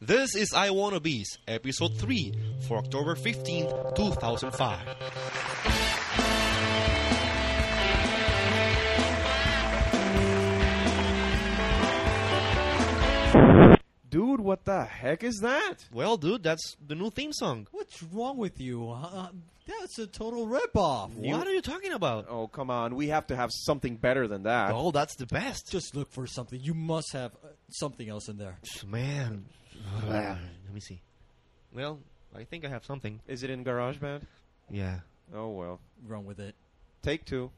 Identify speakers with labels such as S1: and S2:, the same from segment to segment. S1: This is I Wanna Bees, episode 3 for October 15th, 2005.
S2: Dude, what the heck is that?
S1: Well, dude, that's the new theme song.
S3: What's wrong with you? Uh, that's a total ripoff.
S1: What are you talking about?
S2: Oh, come on. We have to have something better than that.
S1: Oh, that's the best.
S3: Just look for something. You must have uh, something else in there.
S1: Man. Ah, Let me see. Well, I think I have something.
S2: Is it in GarageBand?
S1: Yeah.
S2: Oh, well.
S3: Wrong with it.
S2: Take two.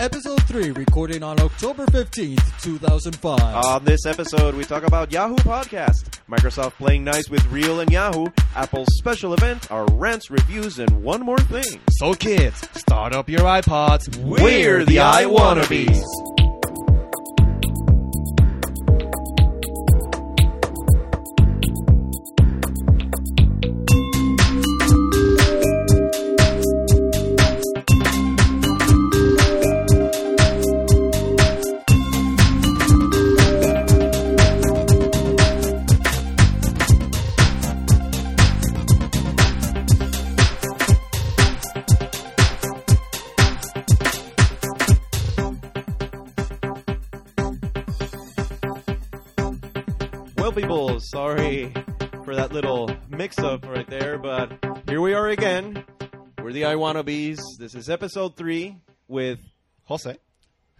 S3: Episode 3, recording on October 15th, 2005.
S2: On this episode, we talk about Yahoo Podcast, Microsoft playing nice with Real and Yahoo, Apple's special event, our rants, reviews, and one more thing.
S1: So, kids, start up your iPods.
S2: We're the I Wannabes. Well, people, sorry for that little mix up right there, but here we are again. We're the I Wannabes. This is episode three with
S1: Jose.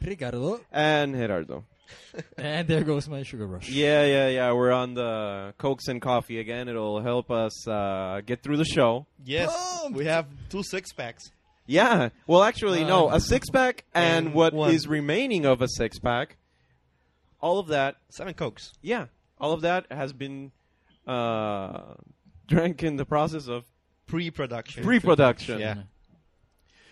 S3: Ricardo.
S2: Anne Gerardo.
S3: And there goes my sugar rush.
S2: Yeah, yeah, yeah. We're on the Cokes and coffee again. It'll help us uh, get through the show.
S1: Yes,
S3: Pumped.
S1: we have two six packs.
S2: Yeah. Well, actually, no.
S3: Um,
S2: A six pack
S1: Uh,
S2: and
S1: and
S2: what is
S1: one.
S2: remaining of a six pack. All of that.
S1: Seven Cokes.
S2: Yeah. All of that has been uh, drank in the process of
S1: Pre production.
S2: pre-production.
S1: Yeah.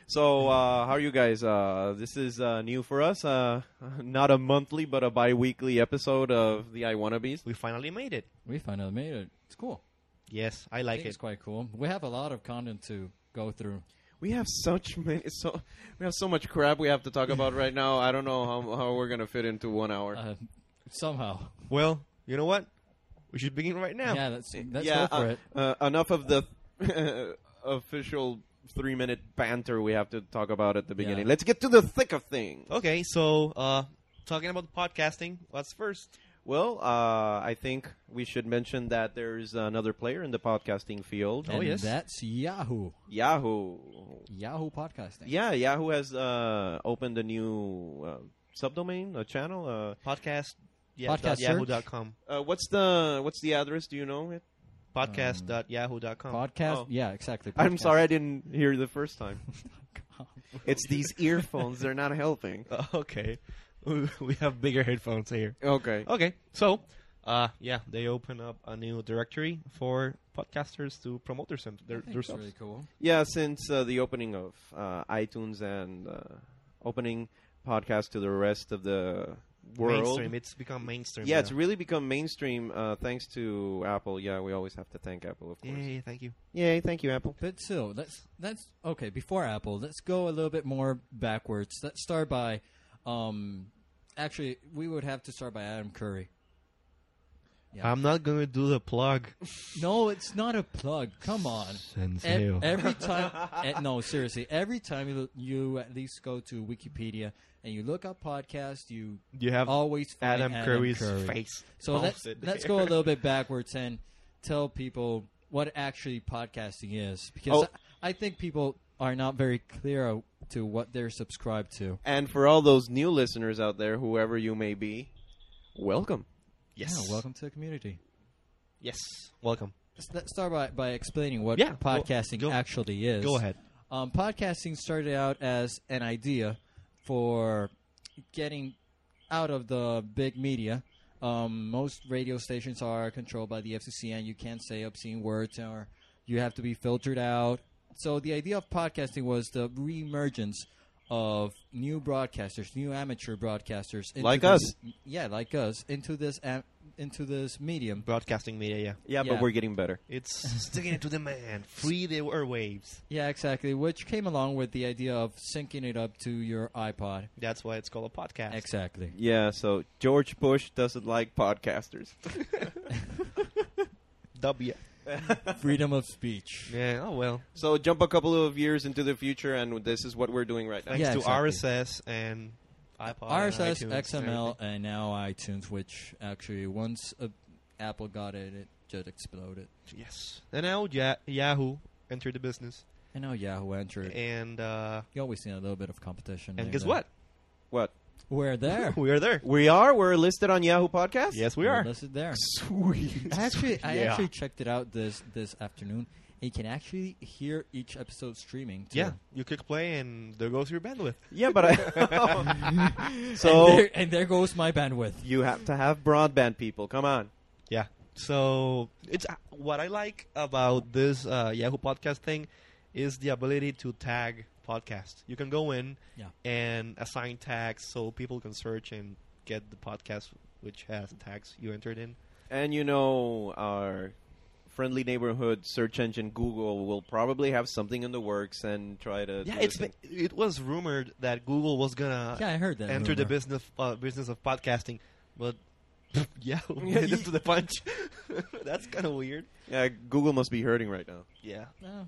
S2: So, uh, how are you guys? Uh, this is uh, new for us. Uh, not a monthly, but a bi-weekly episode of the I Wannabes.
S1: We finally made it.
S3: We finally made it. It's cool.
S1: Yes, I
S3: I
S1: like
S3: think it's
S1: it.
S3: quite cool. We have a lot of content to go through.
S2: We have such many, so we have so much crap we have to talk about right now. I don't know how, how we're gonna fit into one hour.
S3: Uh, somehow.
S1: Well, you know what? We should begin right now.
S3: Yeah, that's, that's
S2: yeah,
S3: go for
S2: uh,
S3: it.
S2: uh, enough of the official three-minute banter we have to talk about at the beginning.
S3: Yeah.
S2: Let's get to the thick of things.
S1: Okay, so uh, talking about podcasting, what's first?
S2: Well, uh, I think we should mention that there is another player in the podcasting field.
S1: Oh,
S3: and
S1: yes.
S3: that's Yahoo.
S2: Yahoo.
S3: Yahoo Podcasting.
S2: Yeah, Yahoo has uh, opened a new uh, subdomain, a channel. Uh,
S1: Podcast. Yeah,
S3: Podcast
S1: dot
S3: search?
S1: yahoo dot com.
S2: uh, what's the what's the address? Do you know it? Um,
S1: podcast.yahoo.com.
S3: Podcast.
S2: Oh.
S3: Yeah, exactly.
S2: I'm
S3: podcast.
S2: sorry, I didn't hear the first time. It's these earphones; they're not helping.
S1: Uh, okay. we have bigger headphones here.
S2: Okay.
S1: Okay. So, uh, yeah, they open up a new directory for podcasters to promote their, sem- their,
S3: I think it's
S1: themselves.
S3: really cool.
S2: Yeah, since uh, the opening of uh, iTunes and uh, opening podcasts to the rest of the world.
S1: Mainstream. It's become mainstream.
S2: Yeah, it's
S1: now.
S2: really become mainstream uh, thanks to Apple. Yeah, we always have to thank Apple, of course.
S1: Yay, thank you.
S2: Yay, thank you, Apple.
S3: But so let's let's okay. Before Apple, let's go a little bit more backwards. Let's start by, um, actually, we would have to start by Adam Curry. Yeah.
S1: I'm not going to do the plug.
S3: No, it's not a plug. Come on.
S1: Sends
S3: Ev- every time, eh, no, seriously, every time you you at least go to Wikipedia and you look up podcasts, you
S1: You have
S3: always find
S1: Adam, Curry's
S3: Curry.
S1: face.
S3: So let's
S1: posted
S3: let's
S1: there.
S3: go a little bit backwards and tell people what actually podcasting is, because
S2: Oh.
S3: I, I think people are not very clear o- to what they're subscribed to.
S2: And for all those new listeners out there, whoever you may be, welcome.
S1: Yes.
S3: Yeah, welcome to the community.
S1: Yes. Welcome.
S3: Let's, let's start by, by explaining what
S1: Yeah, well,
S3: podcasting
S1: go-
S3: actually is.
S1: Go ahead.
S3: Um, podcasting started out as an idea for getting out of the big media. Um, most radio stations are controlled by the FCC, and you can't say obscene words, or you have to be filtered out. So the idea of podcasting was the reemergence of new broadcasters, new amateur broadcasters, into
S2: Like
S3: this-
S2: us.
S3: yeah, like us, into this am- into this medium.
S1: Broadcasting media, yeah.
S2: Yeah, but
S3: Yeah.
S2: we're getting better.
S1: It's sticking it to the man. Free the airwaves.
S3: Yeah, exactly. Which came along with the idea of syncing it up to your iPod.
S1: That's why it's called a podcast.
S3: Exactly.
S2: Yeah, so George Bush doesn't like podcasters.
S1: W.
S3: Freedom of speech.
S1: Yeah, oh well.
S2: So jump a couple of years into the future, and this is what we're doing right now.
S1: Thanks
S3: Yeah,
S1: to
S3: exactly.
S1: RSS and iPod.
S3: RSS,
S1: and iTunes and
S3: XML,
S1: everything.
S3: and now iTunes, which actually once uh, Apple got it, it just exploded.
S1: Yes. And now ya- Yahoo entered the business.
S3: And now Yahoo entered.
S1: And uh,
S3: You always see a little bit of competition.
S1: and
S3: there,
S1: guess
S3: though.
S1: what?
S2: What?
S3: We're there.
S1: we are there.
S2: We are. We're listed on Yahoo Podcast.
S1: Yes, we
S3: We're
S1: are.
S3: listed there.
S2: Sweet.
S3: I actually, I
S1: Yeah.
S3: actually checked it out this this afternoon. And you can actually hear each episode streaming. Too.
S1: Yeah, you click play and there goes your bandwidth.
S2: Yeah, but I.
S3: and
S2: so
S3: there, and there goes my bandwidth.
S2: you have to have broadband people. Come on.
S1: Yeah. So it's uh, what I like about this uh, Yahoo podcast thing is the ability to tag podcast. You can go in
S3: Yeah.
S1: and assign tags so people can search and get the podcast which has tags you entered in.
S2: And you know our friendly neighborhood search engine Google will probably have something in the works and try to.
S1: Yeah,
S2: do
S1: it's
S2: the thing.
S1: been, it was rumored that Google was gonna
S3: Yeah, I heard that.
S1: enter the
S3: rumor.
S1: business uh, business of podcasting, but Yahoo
S2: Yeah,
S1: beat
S2: ye-
S1: it to the punch. That's kind of weird.
S2: yeah, Google must be hurting right now.
S1: Yeah.
S3: No.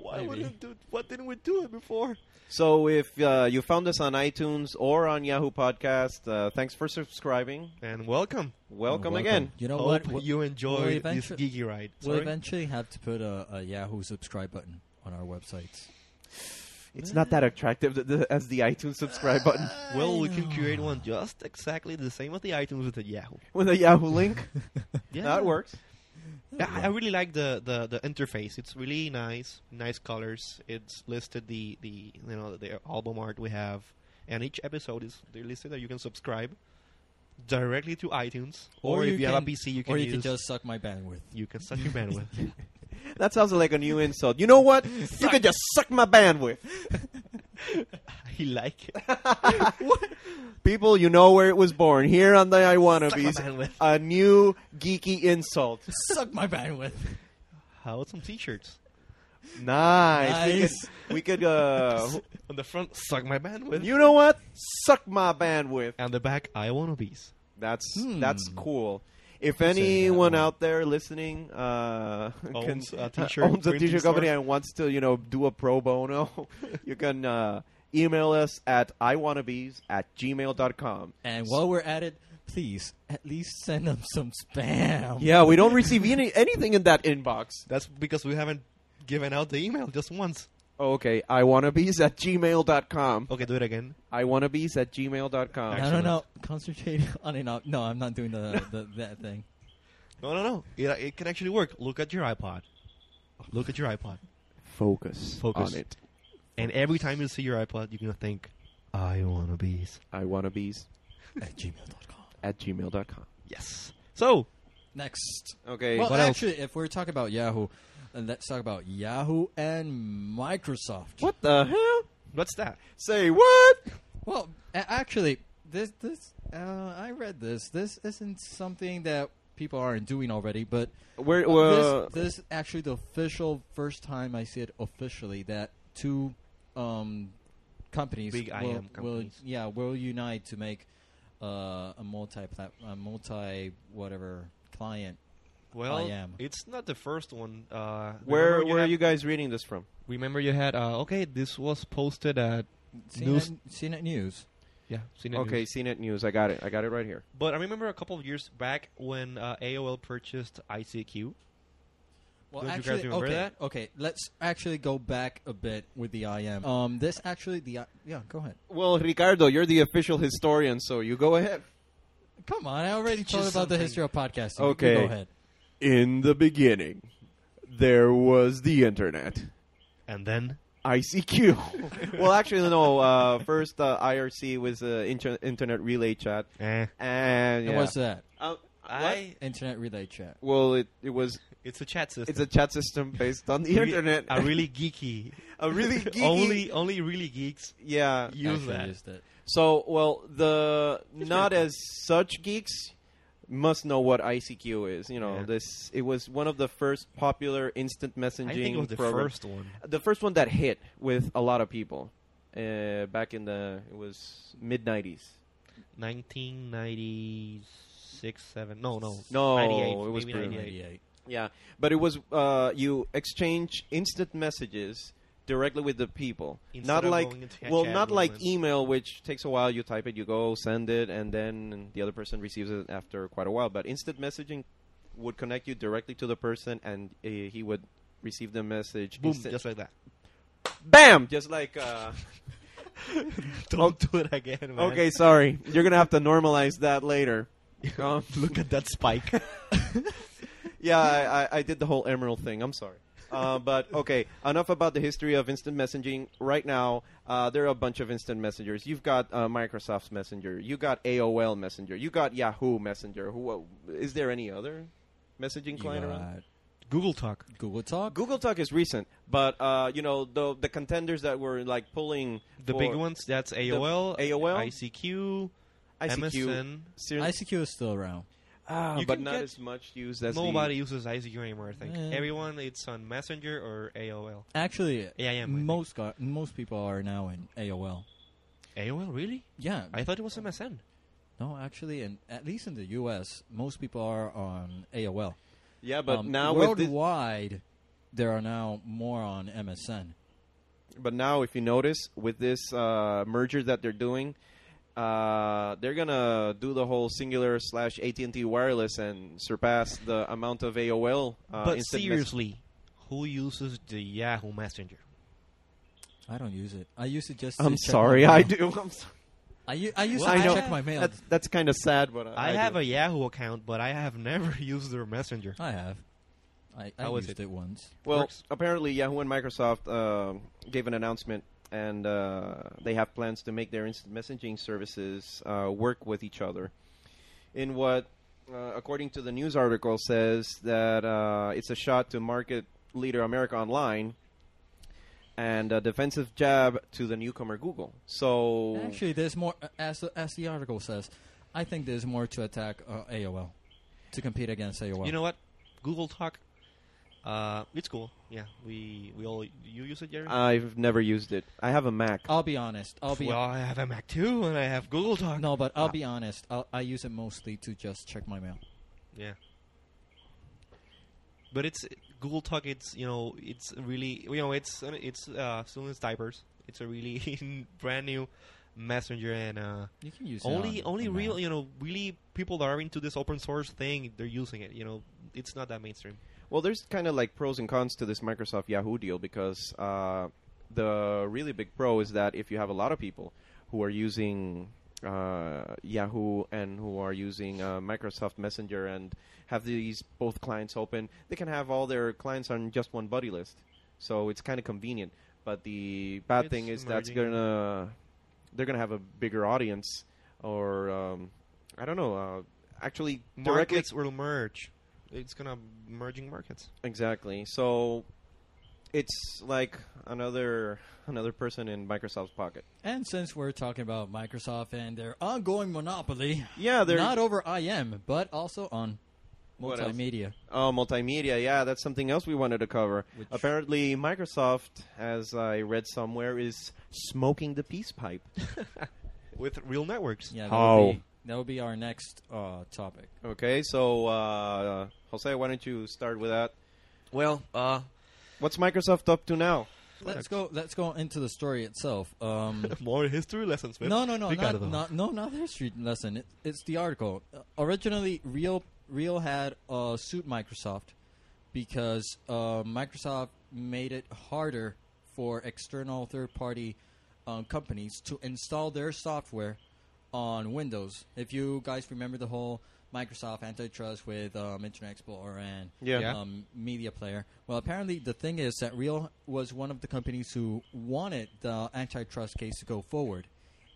S1: Why
S3: Maybe.
S1: wouldn't do? What didn't we do it before?
S2: So if uh, you found us on iTunes or on Yahoo Podcast, uh, thanks for subscribing.
S1: And welcome.
S2: Welcome, again.
S3: You know
S1: Hope
S3: what? We'll,
S1: you enjoyed
S3: we'll
S1: this
S3: eventu-
S1: geeky ride.
S3: we'll
S1: Sorry?
S3: eventually have to put a, a Yahoo subscribe button on our websites.
S2: It's not that attractive th- th- as the iTunes subscribe button
S1: well, we can create one just exactly the same with the iTunes with the Yahoo.
S2: with a Yahoo link.
S1: Yeah,
S2: That works.
S1: I, I really like the, the, the interface. It's really nice, nice colors. It's listed the, the you know the album art we have, and each episode is they're listed that you can subscribe directly to iTunes, or,
S3: Or
S1: if
S3: you
S1: you have a
S3: can-
S1: PC, you can
S3: Or you
S1: use,
S3: can just suck my bandwidth.
S1: you can suck your bandwidth.
S2: That sounds like a new insult. You know what? You could just suck my bandwidth.
S1: I like it.
S2: People, you know where it was born. Here on the I Wanna
S1: Suck my
S2: Bees.
S1: bandwidth.
S2: A new geeky insult.
S3: suck my bandwidth.
S1: How about some T-shirts
S2: Nice.
S3: Nice.
S2: We could, we could uh,
S1: on the front? Suck my bandwidth.
S2: you know what? Suck my bandwidth.
S1: on the back, I want obese.
S2: That's
S3: Hmm.
S2: that's cool. If
S3: Consider that
S2: anyone
S3: one.
S2: out there listening uh,
S1: Owns
S2: can,
S1: a t-shirt
S2: owns a
S1: printing
S2: t-shirt company
S1: store.
S2: and wants to, you know, do a pro bono, you can uh, email us at iwannabes at gmail.com.
S3: And while we're at it, please at least send them some spam.
S2: Yeah, we don't receive any, anything in that inbox.
S1: That's because we haven't given out the email just once.
S2: Okay, iwannabes at gmail.com.
S1: Okay, do it again.
S2: Iwannabes at gmail.com.
S3: No, no, no. Concentrate on it. now. No, I'm not doing the, the that thing.
S1: No, no, no. It, it can actually work. Look at your iPod. Look at your iPod.
S2: Focus,
S1: Focus.
S2: on it.
S1: And every time you see your iPod, you're going to think, I want obese.
S2: Iwannabes
S3: At gmail.com.
S2: at gmail.com.
S1: Yes. So,
S3: Next.
S2: Okay,
S3: Well,
S1: what else?
S3: actually, if we're talking about Yahoo, uh, let's talk about Yahoo and Microsoft.
S2: what the hell?
S1: what's that?
S2: Say what?
S3: Well, a- actually, this this uh, I read this. This isn't something that people aren't doing already, but
S2: Where,
S3: this,
S2: uh,
S3: this is actually the official first time I see it officially that two um, companies
S1: Big
S3: will,
S1: IM
S3: will-
S1: companies.
S3: yeah will unite to make uh, a multi a multi whatever client.
S1: Well,
S3: am.
S1: it's not the first one. Uh,
S2: Where
S1: remember
S2: where are
S1: had-
S2: you guys reading this from?
S1: Remember you had, uh, okay, this was posted at, News-
S3: CNET, CNET News.
S1: yeah, CNET News.
S2: Okay, CNET News. I got it. I got it right here.
S1: But I remember a couple of years back when uh, AOL purchased ICQ. Don't
S3: Well,
S1: you guys
S3: actually,
S1: remember
S3: okay,
S1: that?
S3: okay. Let's actually go back a bit with the IM. Um, this actually the I- yeah. Go ahead.
S2: Well, Ricardo, you're the official historian, so you go ahead.
S3: Come on, I already
S1: Teach
S3: told
S1: us
S3: about the
S1: something.
S3: history of podcasting.
S2: Okay.
S3: go ahead.
S2: In the beginning, there was the internet.
S1: And then
S2: ICQ. well, actually, no. Uh, first, uh, IRC was uh, inter- internet relay chat,
S1: Eh.
S2: and
S3: And
S2: yeah.
S3: what's that?
S2: Uh, what?
S1: I.
S3: Internet relay chat.
S2: Well, it, it was.
S1: It's a chat system.
S2: It's a chat system based on the
S1: Re-
S2: internet.
S1: A really geeky.
S2: A really geeky.
S1: Only, only really geeks
S2: yeah.
S1: use
S3: Actually
S1: that.
S3: used it.
S2: So, well, the
S1: It's
S2: not
S1: pretty
S2: as such geeks must know what ICQ is. You know,
S1: Yeah.
S2: this it was one of the first popular instant messaging.
S1: I think it was the
S2: programs.
S1: first one.
S2: the first one that hit with a lot of people uh, back in the it was mid '90s.
S1: 1996, 7. No, no.
S2: No,
S1: 98,
S2: it was
S1: maybe
S2: pretty-
S1: 98.
S2: Yeah, but it was uh, you exchange instant messages directly with the people,
S1: Instead
S2: not
S1: of
S2: like
S1: going into a
S2: well,
S1: chat
S2: not
S1: room
S2: like
S1: and-
S2: email, which takes a while. You type it, you go send it, and then the other person receives it after quite a while. But instant messaging would connect you directly to the person, and uh, he would receive the message.
S1: Boom,
S2: instant-
S1: just like that.
S2: bam, just like. Uh,
S1: Don't do it again, man.
S2: okay, sorry, you're gonna have to normalize that later. Um,
S1: Look at that spike.
S2: yeah, I, I, I did the whole Emerald thing. I'm sorry. Uh, but okay, enough about the history of instant messaging. Right now, uh, there are a bunch of instant messengers. You've got uh, Microsoft's Messenger. You got AOL Messenger. You got Yahoo Messenger. Who uh, is there any other messaging
S3: You
S2: client around?
S3: got
S1: Google Talk.
S3: Google Talk.
S2: Google Talk is recent, but uh, you know the the contenders that were like pulling
S1: The
S2: for
S1: big ones, that's AOL,
S2: AOL?
S1: ICQ,
S2: ICQ.
S1: MSN.
S2: Ser-
S3: ICQ is still around.
S2: ah,
S1: You
S2: but
S1: can
S2: not
S1: get-
S2: as much used as the-
S1: Nobody uses ICQ anymore, I think.
S3: Yeah.
S1: Everyone, it's on Messenger or AOL.
S3: Actually,
S1: Yeah, yeah, I think.
S3: most got, most people are now in AOL.
S1: AOL, really?
S3: Yeah,
S1: I thought it was MSN.
S3: no, actually, and at least in the U.S., most people are on AOL.
S2: Yeah, but
S3: Um,
S2: now with this,
S3: worldwide, there are now more on MSN.
S2: But now, if you notice, with this uh, merger that they're doing, uh, they're gonna do the whole Singular slash AT and T wireless and surpass the amount of AOL. Uh,
S1: but
S2: instant mess-
S1: seriously, who uses the Yahoo Messenger?
S3: I don't use it. I use it just.
S2: I'm
S3: to check
S2: sorry,
S3: my
S2: I
S3: mail.
S2: do. I'm sorry.
S3: I, u- I use
S1: Well,
S3: it
S1: I
S3: to
S1: know-
S3: check my mail.
S2: That's, that's kind of sad, but I,
S1: I, have
S2: do.
S1: a Yahoo account, but I have never used their Messenger.
S3: I have. I, I
S1: How was
S3: used it? once.
S2: Well,
S1: Works.
S2: apparently Yahoo and Microsoft uh, gave an announcement, and uh, they have plans to make their instant messaging services uh, work with each other. In what, uh, according to the news article, says that uh, it's a shot to market leader America Online, and a defensive jab to the newcomer Google. So
S3: Actually, there's more. uh, As as the article says, I think there's more to attack uh, AOL to compete against AOL.
S1: You know what? Google Talk. Uh, it's cool. Yeah, we we all you use it, Jerry.
S2: I've never used it. I have a Mac.
S3: I'll be honest. Uh, I'll be
S1: well, I have a Mac too, and I have Google Talk.
S3: no, but I'll be honest. I'll, I use it mostly to just check my mail.
S1: Yeah. But it's Google Talk. It's you know, it's really you know, it's it's uh, still in diapers. It's a really brand new messenger, and uh,
S3: You can use
S1: only
S3: it on,
S1: only
S3: on
S1: real
S3: mail.
S1: you know really people that are into this open source thing they're using it. You know, it's not that mainstream.
S2: Well, there's kind of like pros and cons to this Microsoft Yahoo deal because uh, the really big pro is that if you have a lot of people who are using uh, Yahoo and who are using uh, Microsoft Messenger and have these both clients open, they can have all their clients on just one buddy list. So it's kind of convenient. But the bad
S1: It's
S2: thing is that's
S1: merging.
S2: gonna they're gonna have a bigger audience, or um, I don't know. Uh, actually, directly
S1: Markets will merge. It's gonna merging markets.
S2: Exactly. So it's like another another person in Microsoft's pocket.
S3: And since we're talking about Microsoft and their ongoing monopoly,
S2: Yeah, they're
S3: not over IM, but also on
S2: What else?
S3: multimedia.
S2: oh multimedia. Yeah, that's something else we wanted to cover.
S3: Which-
S2: Apparently, Microsoft, as I read somewhere, is smoking the peace pipe.
S1: with real networks.
S3: Yeah, that
S2: How?
S3: would be, that would be our next uh, topic.
S2: Okay, so uh, Jose, why don't you start with that?
S1: Well, uh,
S2: What's Microsoft up to now?
S3: Let's go. Let's go into the story itself. Um,
S1: more history lessons. man.
S3: no, no, no,
S1: Pick out
S3: not,
S1: of them.
S3: not, no, not history lesson. It, it's the article. Uh, originally, Real Real had uh, sued Microsoft because uh, Microsoft made it harder for external third-party um, companies to install their software on Windows. If you guys remember the whole Microsoft antitrust with um, Internet Explorer and
S2: Yeah.
S1: Yeah.
S3: um, media player. Well, apparently the thing is that Real was one of the companies who wanted the antitrust case to go forward,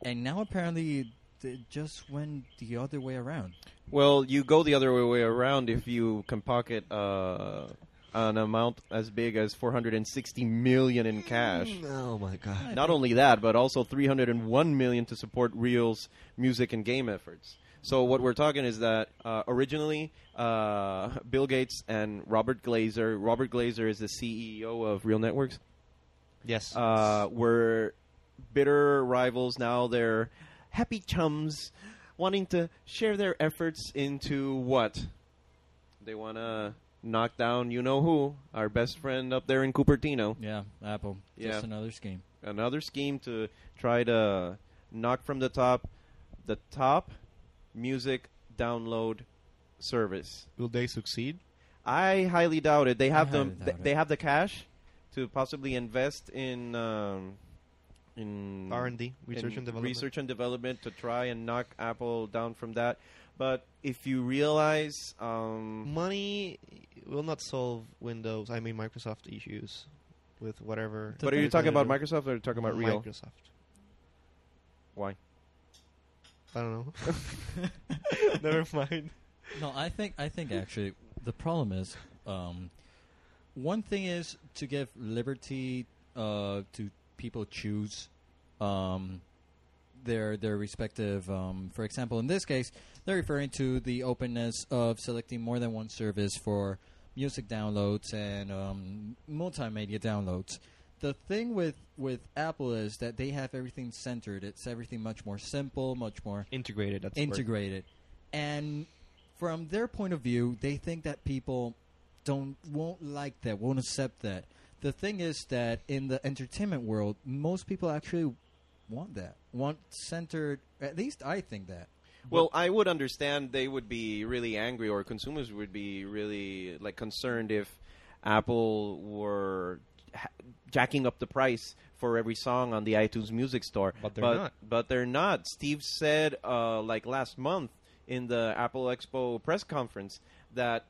S3: and now apparently it just went the other way around.
S2: Well, you go the other way around if you can pocket uh, an amount as big as 460 million in cash.
S1: Oh my god.
S2: Not only that, but also 301 million to support Real's music and game efforts. So what we're talking is that uh, originally uh, Bill Gates and Robert Glazer, Robert Glazer is the CEO of Real Networks,
S1: Yes.
S2: uh, were bitter rivals. Now they're happy chums, wanting to share their efforts into what they want to knock down. You know who? Our best friend up there in Cupertino.
S3: Yeah, Apple. Just
S2: Yeah.
S3: another scheme.
S2: Another scheme to try to knock from the top the top music download service.
S1: Will they succeed?
S2: I highly doubt it. They have
S3: I
S2: the
S3: highly
S2: th-
S3: doubt
S2: they
S3: it.
S2: have the cash to possibly invest in um, in
S1: R and D, research
S2: in
S1: and development.
S2: research and development to try and knock Apple down from that. But if you realize, um,
S1: Money will not solve Windows. I mean Microsoft issues with whatever.
S3: But
S2: but are you
S1: they're
S2: talking
S1: gonna
S2: about Microsoft or are you
S1: do.
S2: talking
S3: Oh
S2: about real?
S1: Microsoft.
S2: Why?
S1: I don't know. Never mind.
S3: No, I think I think actually the problem is um, one thing is to give liberty uh, to people choose um, their their respective. Um, for example, in this case, they're referring to the openness of selecting more than one service for music downloads and um, multimedia downloads. The thing with with Apple is that they have everything centered. It's everything much more simple, much more
S1: Integrated. That's
S3: integrated. And from their point of view, they think that people don't won't like that, won't accept that. The thing is that in the entertainment world, most people actually want that. Want centered at least I think that.
S2: Well, I would understand they would be really angry, or consumers would be really like concerned if Apple were ha- jacking up the price for every song on the iTunes Music Store.
S1: But they're
S2: but,
S1: not.
S2: But they're not. Steve said uh, like last month in the Apple Expo press conference that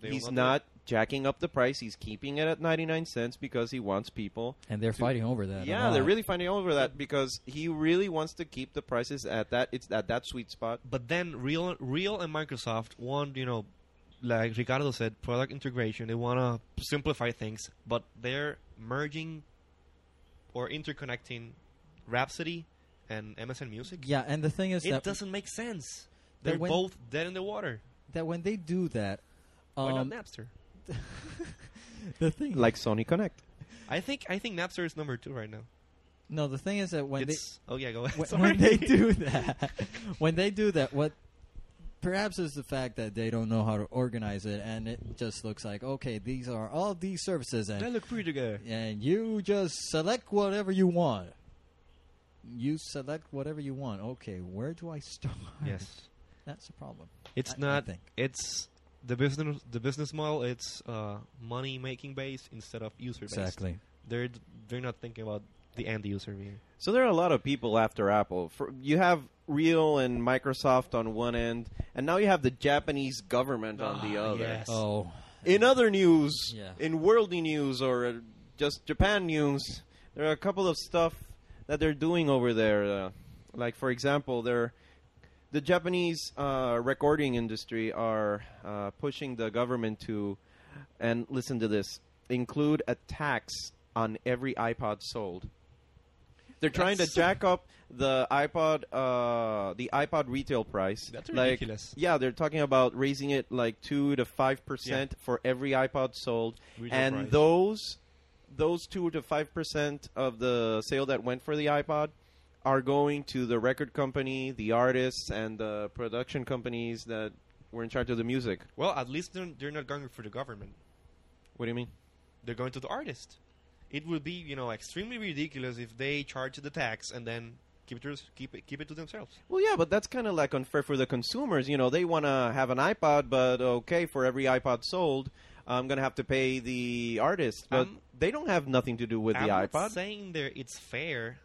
S1: They will
S2: he's
S1: not do
S2: not jacking up the price. He's keeping it at ninety nine cents because he wants people
S3: And they're
S2: To-
S3: fighting over that. a
S2: yeah, they're
S3: lot.
S2: really fighting over that because he really wants to keep the prices at that it's at that sweet spot.
S1: But then real, real, and Microsoft want you know, like Ricardo said, product integration. They want to simplify things, but they're merging or interconnecting Rhapsody and MSN Music.
S3: Yeah, and the thing is
S1: It
S3: that
S1: doesn't make sense.
S3: They
S1: They're
S3: went-
S1: both dead in the water.
S3: that when they do that
S1: Why not
S3: um,
S1: Napster?
S3: the thing
S2: Like Sony Connect.
S1: I think I think Napster is number two right now.
S3: no, the thing is that when they
S1: it's oh yeah, go ahead.
S3: when,
S1: Sorry.
S3: when they do that, when they do that, what perhaps is the fact that they don't know how to organize it, and it just looks like okay, these are all these services,
S1: they
S3: and
S1: look pretty together.
S3: and you just select whatever you want. You select whatever you want. Okay, where do I start?
S1: Yes,
S3: that's a problem.
S1: it's
S3: I- I
S1: not.
S3: think.
S1: It's the business. The business model. It's uh, money making based instead of user based.
S3: Exactly.
S1: They're they're not thinking about the end user here.
S2: So there are a lot of people after Apple. For, you have Real and Microsoft on one end, and now you have the Japanese government on the
S1: Ah,
S2: other.
S1: yes.
S3: Oh,
S2: In other news,
S3: Yeah.
S2: in worldly news or uh, just Japan news, there are a couple of stuff that they're doing over there. Uh, like for example, they're the Japanese uh, recording industry are uh, pushing the government to, and listen to this, include a tax on every iPod sold. They're trying
S1: That's-
S2: to jack up the iPod, uh, the iPod retail price.
S1: That's
S2: Like,
S1: ridiculous.
S2: yeah, they're talking about raising it like two to five percent for every iPod sold,
S1: Retail
S2: and
S1: price.
S2: those those two to five percent of the sale that went for the iPod are going to the record company, the artists, and the production companies that were in charge of the music.
S1: Well, at least they're, they're not going for the government.
S2: What do you mean?
S1: They're going to the artist. It would be you know extremely ridiculous if they charge the tax and then keep it to, keep it, keep it to themselves.
S2: Well, yeah, but that's kind of like unfair for the consumers. You know, they want to have an iPod, but okay, for every iPod sold, I'm going to have to pay the artist. But
S1: I'm-
S2: they don't have nothing to do with
S1: I'm
S2: the
S1: not
S2: iPod.
S1: saying there it's fair,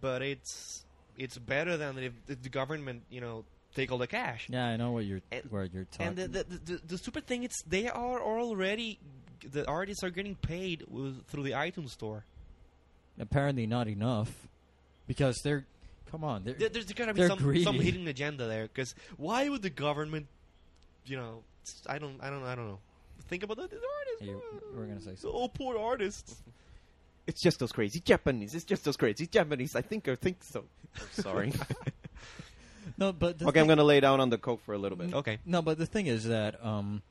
S1: but it's it's better than if, if the government you know take all the cash.
S3: yeah, I know what you're
S1: And-
S3: where you're talking.
S1: And the, the the the stupid thing is they are already the artists are getting paid with, through the iTunes store.
S3: Apparently, not enough because they're. Come on, they're,
S1: There, there's gotta be
S3: They're
S1: some some
S3: greedy.
S1: hidden agenda there because why would the government, you know, s- I don't I don't I don't know. Think about the, the artists.
S3: Hey, we're gonna say
S1: oh poor artists.
S2: It's just those crazy Japanese. It's just those crazy Japanese. I think I think so. I'm sorry.
S3: No, but the
S2: Okay, I'm
S3: thing-
S2: going to lay down on the coke for a little bit.
S1: Okay.
S3: Mm. No, but the thing is that um,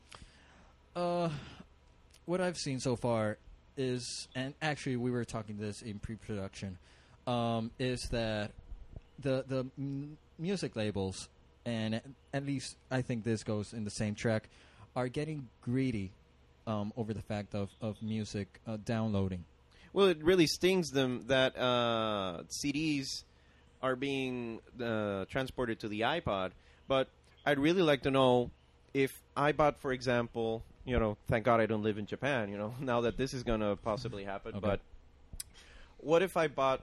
S3: uh, what I've seen so far is, and actually we were talking this in pre-production, um, is that the the m- music labels and at least I think this goes in the same track are getting greedy um, over the fact of of music uh, downloading.
S2: Well, it really stings them that uh, CDs are being uh, transported to the iPod. But I'd really like to know if iPod, for example, you know, thank God I don't live in Japan, you know, now that this is going to possibly happen.
S3: Okay.
S2: But what if I bought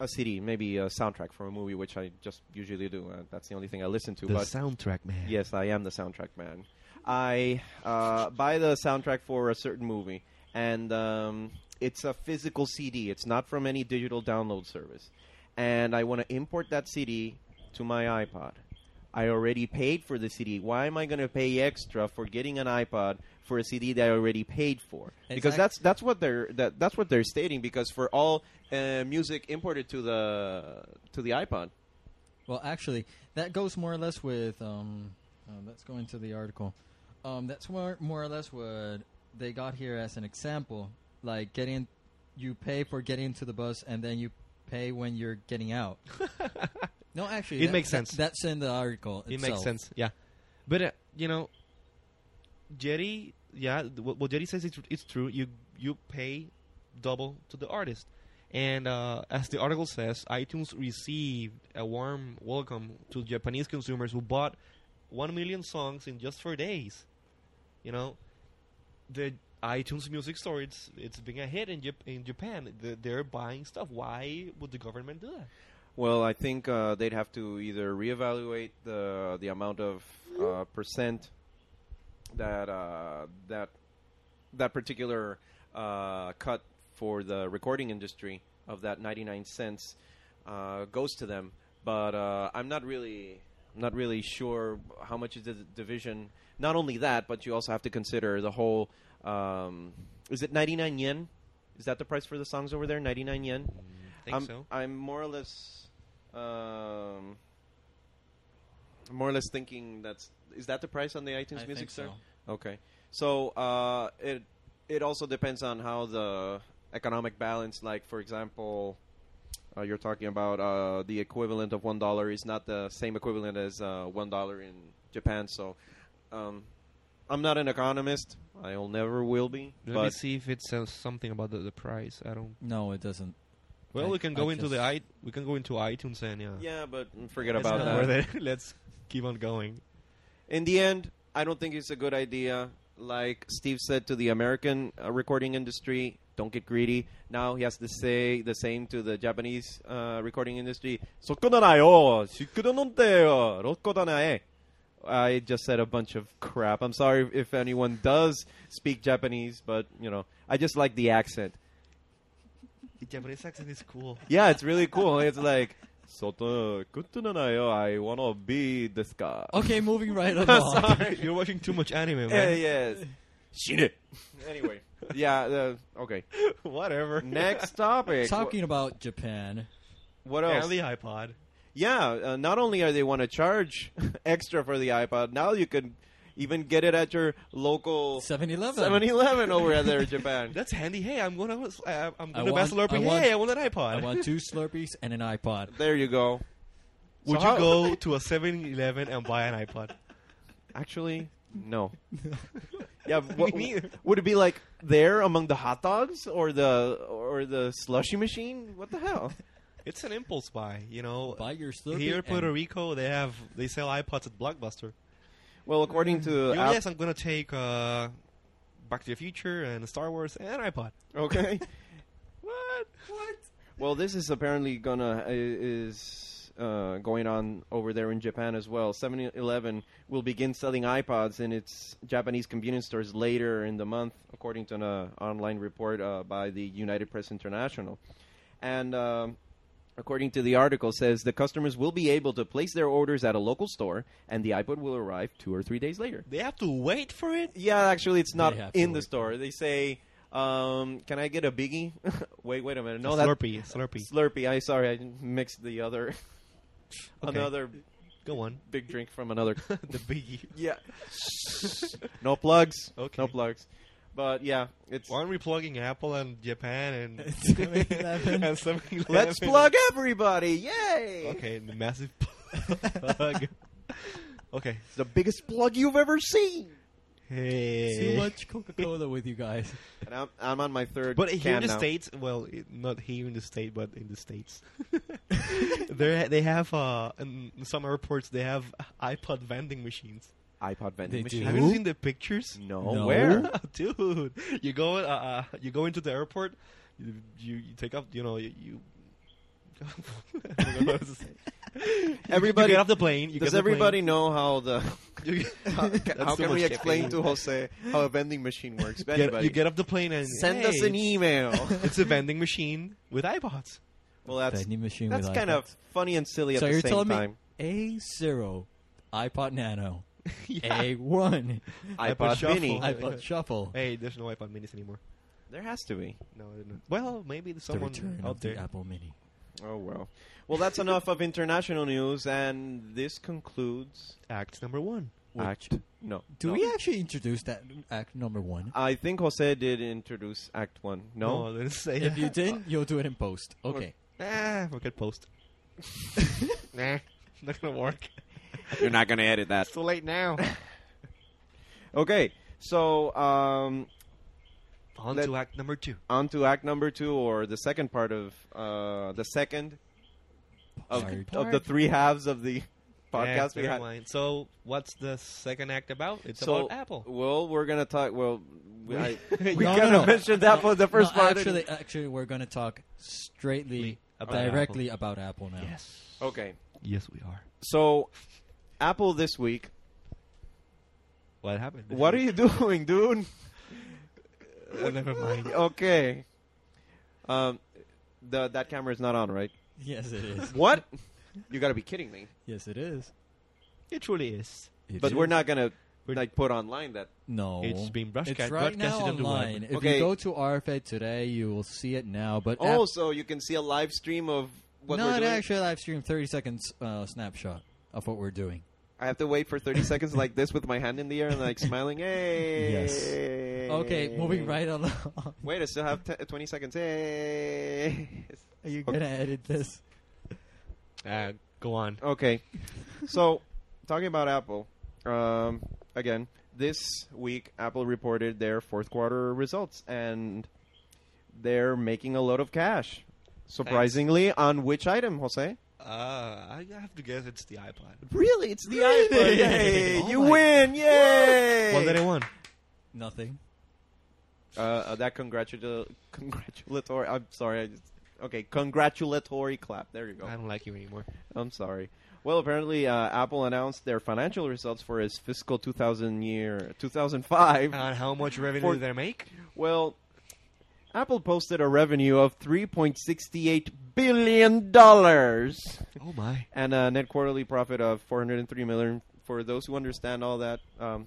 S2: a CD, maybe a soundtrack from a movie, which I just usually do? Uh, that's the only thing I listen to.
S1: The
S2: but
S1: soundtrack, man.
S2: Yes, I am the soundtrack man. I uh, buy the soundtrack for a certain movie, and um, it's a physical CD. It's not from any digital download service. And I want to import that CD to my iPod. I already paid for the CD. Why am I going to pay extra for getting an iPod for a CD that I already paid for? Because
S3: Exact-
S2: that's that's what they're that, that's what they're stating. Because for all uh, music imported to the to the iPod,
S3: Well, actually, that goes more or less with. Um, uh, let's go into the article. Um, that's more, more or less what they got here as an example. Like getting, you pay for getting into the bus, and then you pay when you're getting out. no, actually,
S1: It
S3: that-
S1: makes
S3: that-
S1: sense.
S3: that's in the article.
S1: it
S3: itself.
S1: makes sense. Yeah, but uh, you know, Jerry. Yeah, th- what, what Jerry says it's it's true. You you pay double to the artist, and uh, as the article says, iTunes received a warm welcome to Japanese consumers who bought one million songs in just four days. You know, the iTunes Music Store it's it's being a hit in Jap- in Japan. They're, they're buying stuff. Why would the government do that?
S2: Well, I think uh, they'd have to either reevaluate the the amount of uh, percent that uh, that that particular uh, cut for the recording industry of that 99 cents uh, goes to them. But uh, I'm not really I'm not really sure how much is the division. Not only that, but you also have to consider the whole. Um, is it 99 yen? Is that the price for the songs over there? 99 yen.
S1: Think
S2: I'm,
S1: so?
S2: I'm more or less, um, more or less thinking that's is that the price on the iTunes
S3: I
S2: Music
S3: think
S2: Store?
S3: so.
S2: Okay, so uh, it it also depends on how the economic balance. Like for example, uh, you're talking about uh, the equivalent of one dollar is not the same equivalent as uh, one dollar in Japan. So, um, I'm not an economist. I'll never will be.
S1: Let me
S2: but
S1: see if it says something about the, the price. I don't.
S3: No, it doesn't.
S1: Well,
S3: I-
S1: we can
S3: I
S1: go into the
S3: just-
S1: i we can go into iTunes and yeah.
S2: yeah, but forget
S1: It's
S2: about
S1: not
S2: that.
S1: worth it. Let's keep on going.
S2: in the end, I don't think it's a good idea. Like Steve said to the American uh, recording industry, don't get greedy. Now he has to say the same to the Japanese uh, recording industry. "Sokonarayo, shikurononteyo, rokodanae." I just said a bunch of crap. I'm sorry if anyone does speak Japanese, but you know, I just like the accent.
S1: The Japanese accent is cool.
S2: Yeah, it's really cool. It's like "Soto, kutonanayo, I wanna be this guy.
S3: Okay, moving right along.
S1: You're watching too much anime,
S2: Yeah,
S1: man.
S2: yes. Shit. Anyway, yeah. Uh, okay.
S1: Whatever.
S2: Next topic.
S3: Talking about Japan,
S2: What
S1: and
S2: else?
S1: the iPod.
S2: Yeah. Uh, not only are they want to charge extra for the iPod, now you can even get it at your local
S3: 7-Eleven.
S2: 7-Eleven over at there in Japan.
S1: That's handy. Hey, I'm gonna I, I'm gonna
S3: want-
S1: pass a
S3: I
S1: Slurpee.
S3: want-
S1: Hey, I want an iPod.
S3: I want two Slurpees and an iPod.
S2: there you go.
S1: Would
S2: So
S1: you
S2: how-
S1: go to a 7-Eleven and buy an iPod?
S2: Actually, no. yeah.
S1: Me
S2: What,
S1: neither.
S2: would it be like there among the hot dogs or the or the slushy machine? What the hell?
S1: It's an impulse buy, you know.
S3: Buy your Slurpee.
S1: Here in Puerto
S3: and-
S1: Rico, they have they sell iPods at Blockbuster.
S2: Well, according to
S1: You know,
S2: App-
S1: yes, I'm gonna take uh, Back to the Future and Star Wars and an iPod.
S2: okay.
S1: What? What?
S2: Well, this is apparently gonna i- is uh, going on over there in Japan as well. 7-Eleven will begin selling iPods in its Japanese convenience stores later in the month, according to an uh, online report uh, by the United Press International. And um, according to the article, says the customers will be able to place their orders at a local store, and the iPod will arrive two or three days later.
S1: They have to wait for it?
S2: Yeah, actually, it's not
S3: They have to
S2: in the
S3: wait.
S2: store. They say, um, "Can I get a biggie?" wait, wait a minute. No,
S1: A
S2: that's
S1: Slurpee, a Slurpee.
S2: Slurpee. I sorry, I mixed the other
S1: Okay.
S2: another
S1: Go on.
S2: Big drink from another.
S1: the biggie.
S2: yeah. no plugs.
S1: Okay.
S2: No plugs. But yeah, it's.
S1: Why aren't we plugging Apple and Japan and
S3: Seven-Eleven.
S1: and 7-Eleven?
S2: Let's plug everybody! Yay!
S1: Okay, the massive plug. okay.
S2: It's the biggest plug you've ever seen.
S1: Hey.
S3: Too much Coca Cola with you guys.
S2: And I'm, I'm on my third.
S1: But here
S2: can
S1: in the
S2: now.
S1: states, well, i not here in the state, but in the states, they they have uh, in some airports they have iPod vending machines.
S2: iPod vending
S3: They do.
S1: Have
S2: machine.
S1: you
S3: Who?
S1: seen the pictures?
S2: No.
S3: No.
S2: where?
S1: dude. You go uh, uh, you go into the airport, you you, you take off, you know, you. you I forgot what I was saying.
S2: Everybody.
S1: you get off the plane. You
S2: does
S1: get off the plane.
S2: everybody know how the?
S1: You-
S2: How, ca-
S1: That's
S2: how
S1: too
S2: can we
S1: much
S2: explain to
S1: caffeine.
S2: Jose how a vending machine works?
S1: Get-
S2: Anybody?
S1: you get off the plane and
S2: Send us
S1: hey,
S2: an email.
S1: It's a vending machine with iPods.
S2: well, that's
S3: Vending machine
S2: that's
S3: with
S2: kind
S3: iPod.
S2: of funny and silly at
S3: So
S2: the
S3: you're
S2: same
S3: telling me-
S2: time.
S3: A zero, iPod Nano, A one,
S2: iPod
S1: Shuffle.
S2: Mini.
S1: I-
S3: iPod Shuffle.
S1: Hey, there's no iPod minis anymore.
S2: There has to be.
S1: No, I don't know. Well, maybe there's
S3: the
S1: someone
S3: return
S1: out
S3: of the
S1: there.
S3: Apple Mini.
S2: Oh well. Well, that's enough of international news, and this concludes
S1: Act number one.
S3: Which-
S2: Act. No.
S3: Do
S2: no. Uh,
S3: we actually introduce that act number one?
S2: I think Jose did introduce Act One. No.
S1: no I didn't say
S3: If
S1: that.
S3: you didn't, you'll do it in post. Okay.
S1: Ah, forget post. nah, not gonna work.
S2: You're not going to edit that.
S1: It's too late now.
S2: Okay. So um,
S1: On
S2: Let-
S1: to act number two.
S2: on to act number two or the second part of uh, the second of,
S3: Second
S2: of oh, the
S3: part?
S2: three halves of the podcast
S1: Yeah,
S2: we
S1: never
S2: had.
S1: mind. So, what's the second act about? It's
S2: so,
S1: about Apple.
S2: Well, we're gonna talk. Well, we, I, we
S3: No,
S2: kind of
S3: no, no.
S2: mentioned that for the first
S3: No,
S2: part.
S3: actually, actually, we're going to talk straightly,
S1: About
S3: directly about Apple now.
S1: Yes.
S2: Okay,
S1: Oh. Yes, we are.
S2: so Apple this week.
S1: What happened?
S2: What are you doing, dude?
S1: Oh, never mind.
S2: Okay, um, the that camera is not on, right?
S3: Yes, it is.
S2: What? You gotta be kidding me.
S3: yes, it is.
S1: It truly is.
S3: It
S2: But we're
S3: is.
S2: not gonna
S1: We're-
S2: like put online that.
S3: No,
S1: It's being broadca-
S3: It's right now
S1: broadcasted on the web.
S3: online. If
S2: Okay.
S3: you go to RFA today, you will see it now. But
S2: Oh,
S3: app-
S2: so you can see a live stream of what we're
S3: not
S2: doing.
S3: actually live stream. Thirty seconds uh, snapshot of what we're doing.
S2: I have to wait for 30 seconds like this with my hand in the air and like smiling. Hey.
S3: Yes. Okay, moving right along.
S2: Wait, I still have t- 20 seconds. Hey.
S3: Are you gonna edit this?
S1: Uh, go on.
S2: Okay. So, talking about Apple, um, again, this week Apple reported their fourth quarter results and they're making a lot of cash. Surprisingly, on which item, Jose?
S1: Uh, I have to guess it's the iPod.
S2: Really? It's the
S3: iPhone.
S2: Yay!
S3: Oh
S2: you
S3: my-
S2: win! Yay!
S1: What did I won?
S3: Nothing.
S2: uh, uh, that congratu- congratulatory. I'm sorry. I just, okay, congratulatory clap. There you go.
S1: I don't like you anymore.
S2: I'm sorry. Well, apparently, uh, Apple announced their financial results for its fiscal 2000 year 2005.
S1: And Uh, how much revenue
S2: For-
S1: did they make?
S2: well, Apple posted a revenue of 3.68 billion dollars
S1: Oh my.
S2: and a net quarterly profit of 403 million. For those who understand all that, um,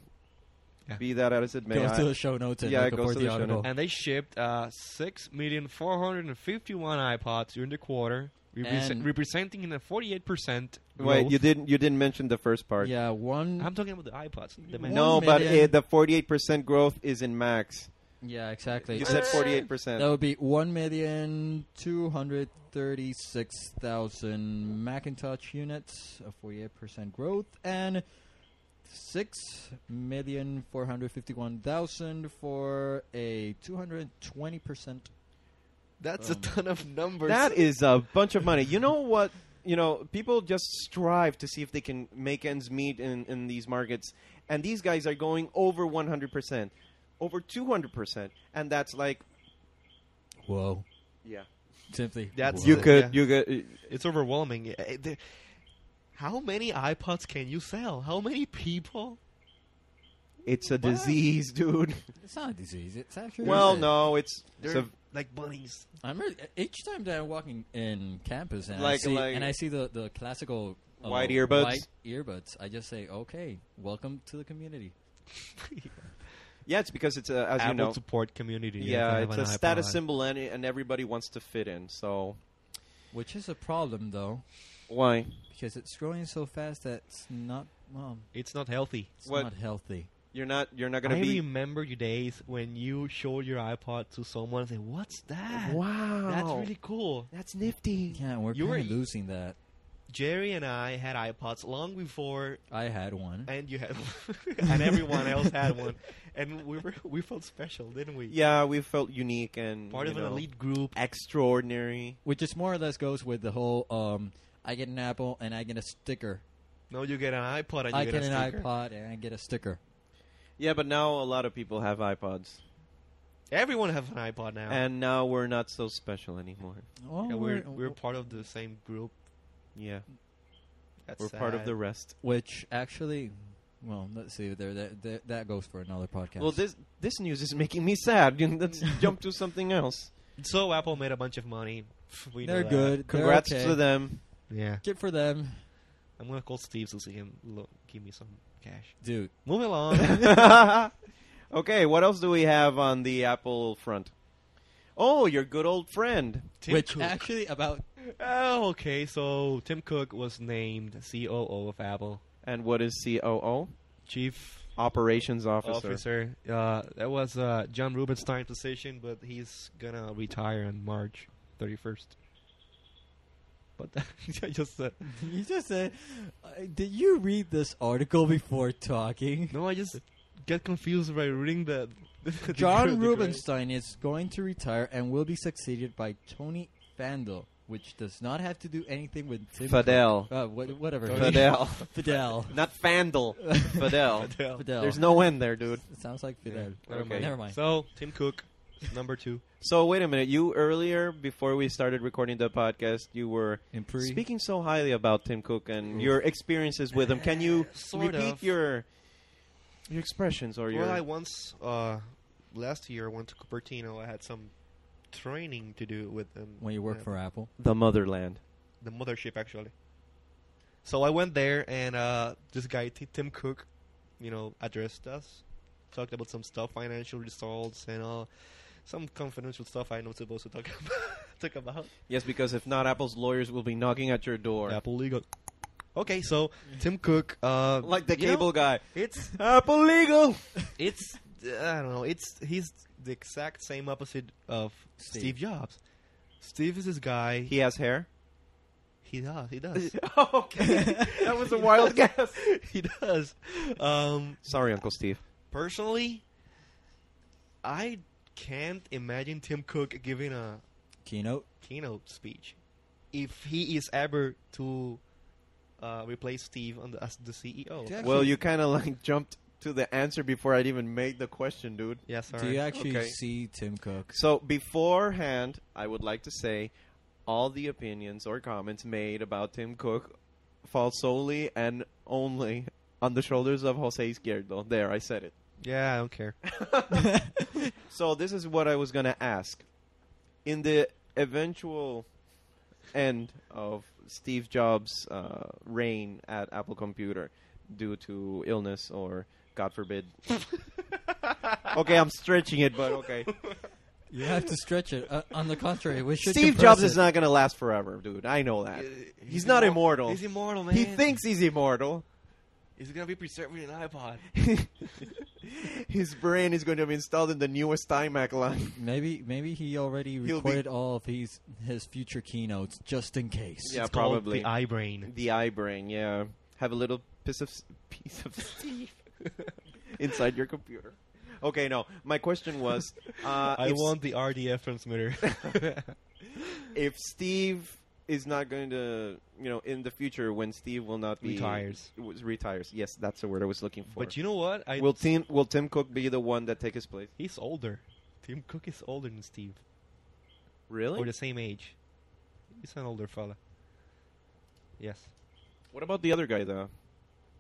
S1: Yeah.
S2: be that as it may,
S3: Goes
S2: I-
S3: to the show notes and
S2: Yeah,
S3: look
S2: it goes
S3: for
S2: to
S3: the,
S2: the show
S3: article.
S2: notes.
S1: and they shipped uh, 6,451 iPods during the quarter, represe-
S3: And-
S1: representing in a 48% growth.
S2: wait, you didn't you didn't mention the first part.
S3: Yeah, one.
S1: I'm talking about the iPods. The man-
S2: No,
S3: One
S2: but
S3: million.
S2: it, the 48% growth is in max.
S3: yeah, exactly.
S2: You said
S3: That
S2: 48%.
S3: would be one million two hundred thirty-six thousand Macintosh units, a forty-eight percent growth, and six million four hundred fifty-one thousand for a two hundred twenty percent.
S1: That's a
S3: Um,
S1: ton of numbers.
S2: That is a bunch of money. You know what? You know, people just strive to see if they can make ends meet in, in these markets. And these guys are going over 100%, over 200%. And that's like,
S3: Whoa!
S2: yeah.
S3: Simply,
S1: That's-
S2: You
S1: Yeah.
S2: could, you could.
S1: it's overwhelming. Uh, the- How many iPods can you sell? How many people?
S2: It's a disease, dude.
S3: It's not a disease. It's actually
S2: Well, no, it's, it's
S1: They're
S2: a,
S1: like bunnies.
S3: I'm really, each time that I'm walking in campus and I
S2: Like-
S3: see
S2: like-
S3: and I see the the classical uh,
S2: White earbuds?
S3: white earbuds, I just say, okay, welcome to the community.
S2: yeah, it's because it's a, as
S1: Apple
S2: you know,
S1: support community. if
S2: yeah,
S1: they have
S2: it's
S1: an
S2: a status
S1: iPod.
S2: symbol and, and everybody wants to fit in. So
S3: Which is a problem, though.
S2: Why?
S3: because it's growing so fast that it's not well,
S1: It's not healthy.
S3: it's
S2: What-
S3: not healthy.
S2: You're not. You're not gonna
S1: I
S2: be.
S1: remember your days when you showed your iPod to someone and said, What's that?
S2: wow.
S1: That's really cool.
S2: That's nifty.
S3: Yeah, we're
S1: You were-
S3: kind of losing that.
S1: Jerry and I had iPods long before
S3: I had one.
S1: and you had and everyone else had one. And we were we felt special, didn't we?
S2: Yeah, we felt unique and
S1: Part
S2: you
S1: of an
S2: know,
S1: elite group.
S2: extraordinary.
S3: which is more or less goes with the whole um, I get an apple and I get a sticker.
S1: No, you get an iPod and you
S3: I
S1: get,
S3: get,
S1: a
S3: an
S1: sticker.
S3: iPod and I get a sticker.
S2: Yeah, but now a lot of people have iPods,
S1: Everyone have an iPod now.
S2: and now we're not so special anymore.
S3: Well,
S1: Yeah, we're we're part of the same group.
S2: Yeah,
S1: That's
S2: we're part of
S1: sad.
S2: the rest.
S3: which actually, well, let's see. There, that, that, that goes for another podcast.
S2: Well, this this news is making me sad. You know, Let's jump to something else.
S1: So Apple made a bunch of money. We know
S3: they're
S1: that.
S3: good.
S2: Congrats
S3: they're okay.
S2: to them.
S1: Yeah,
S3: Good for them,
S1: I'm gonna call Steve to see him. Look, give me some cash.
S3: dude.
S1: Moving along.
S2: okay, what else do we have on the Apple front? Oh, your good old friend.
S1: Tim
S3: which
S1: Cook.
S3: actually about
S1: Oh, okay. So Tim Cook was named COO of Apple,
S2: And what is COO?
S1: Chief
S2: Operations Officer.
S1: Officer. Uh, that was uh, John Rubenstein's position, but he's gonna retire on March 31st. But I just uh, said
S3: you just said. Uh, did you read this article before talking?
S1: no. I just get confused by reading the. the
S3: John
S1: the- the-
S3: Rubinstein is going to retire and will be succeeded by Tony Fandel, which does not have to do anything with Tim.
S2: Fidel.
S3: Cook. Uh, what, whatever.
S2: Fidel.
S3: Fidel.
S2: Not Fandel. Fidel.
S1: Fidel.
S3: Fidel.
S2: There's no N there, dude.
S3: It sounds like Fidel.
S1: Never
S2: Okay.
S1: mind.
S3: Never mind.
S1: So Tim Cook, number two.
S2: So wait a minute. You earlier, before we started recording the podcast, you were
S3: In pre-
S2: speaking so highly about Tim Cook and your experiences with him. Can you
S1: Sort
S2: repeat
S1: of.
S2: your your expressions or your?
S1: Well, I once uh, last year went to Cupertino. I had some training to do with them
S3: when you work for Apple.
S2: the motherland.
S1: the mothership actually. So I went there, and uh, this guy T- Tim Cook, you know, addressed us, talked about some stuff, financial results, and all. Some confidential stuff I'm not supposed to talk about. talk about.
S2: Yes, because if not, Apple's lawyers will be knocking at your door,
S1: Apple legal. Okay, so Tim Cook, uh,
S2: like the
S1: you know,
S2: cable guy.
S1: it's
S2: Apple legal.
S1: it's I don't know. It's he's the exact same opposite of Steve,
S3: Steve.
S1: Jobs. Steve is this guy.
S2: He has hair.
S1: He does. He does.
S2: okay, that was a wild guess.
S1: he does. Um,
S2: Sorry, Uncle Steve.
S1: personally, I can't imagine Tim Cook giving a
S3: Keynote.
S1: keynote speech if he is ever to uh, replace Steve on the, as the E CEO.
S3: Yeah.
S2: Well, you kind of like jumped to the answer before I'd even made the question, dude.
S1: Yeah, sorry.
S3: Do you actually
S2: Okay.
S3: see Tim Cook?
S2: So beforehand, I would like to say all the opinions or comments made about Tim Cook fall solely and only on the shoulders of Jose Izquierdo. There, I said it.
S1: yeah, I don't care.
S2: So this is what I was going to ask. In the eventual end of Steve Jobs' uh, reign at Apple Computer due to illness or God forbid. okay, I'm stretching it, but okay.
S3: You have to stretch it. Uh, on the contrary, we should.
S2: Steve
S3: compress
S2: Jobs
S3: it.
S2: is not going to last forever, dude. I know that. He's, not immortal.
S1: He's immortal, man.
S2: he thinks he's immortal.
S1: he's gonna be preserved in an iPod.
S2: His brain is going to be installed in the newest iMac line.
S3: Maybe, maybe he already
S2: He'll be-
S3: recorded all of his his future keynotes just in case.
S2: Yeah,
S1: It's called
S2: probably.
S1: the eye brain.
S2: The iBrain, yeah. Have a little piece of s- piece of Steve inside your computer. Okay, no. My question was, uh,
S1: I
S2: if,
S1: want the RDF transmitter.
S2: if Steve is not going to, you know, in the future when Steve will not be
S1: Retires.
S2: was, retires. Yes, that's the word I was looking for.
S1: but you know what? I
S2: will Tim will Tim Cook be the one that take his place?
S1: he's older. Tim Cook is older than Steve.
S2: Really?
S1: Or the same age. He's an older fella. Yes.
S2: What about the other guy, though?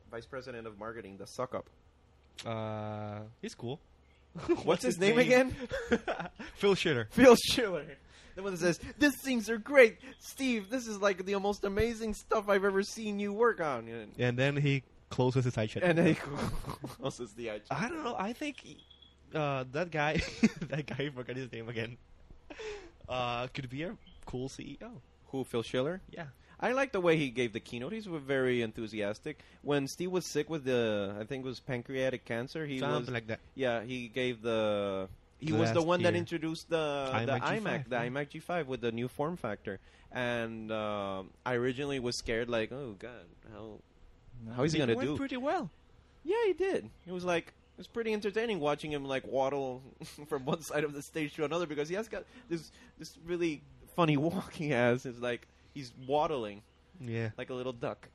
S2: Vice President of Marketing, the suck up.
S1: Uh, he's cool.
S2: What's his name again?
S1: Phil Schiller.
S2: Phil Schiller. The one that says, These things are great. Steve, this is like the most amazing stuff I've ever seen you work on. And,
S1: And then he closes his eye shut.
S2: and he also the IG.
S1: I don't know. I think uh, that guy, that guy, I forgot his name again, uh, could be a cool CEO.
S2: Who, Phil Schiller?
S1: Yeah.
S2: I like the way he gave the keynote. He's very enthusiastic. When Steve was sick with the, I think it was pancreatic cancer. He
S1: Something
S2: was
S1: like that.
S2: yeah, he gave the. He was the
S1: Last
S2: one that
S1: year.
S2: introduced the the
S1: iMac G5,
S2: iMac, the
S1: yeah.
S2: iMac G5 with the new form factor, and um, I originally was scared, like, oh god, how how is he
S1: It
S2: gonna
S1: went
S2: do?
S1: pretty well.
S2: Yeah, he did. It was like it was pretty entertaining watching him like waddle from one side of the stage to another because he has got this this really funny walk he has. It's like he's waddling
S1: Yeah.
S2: like a little duck.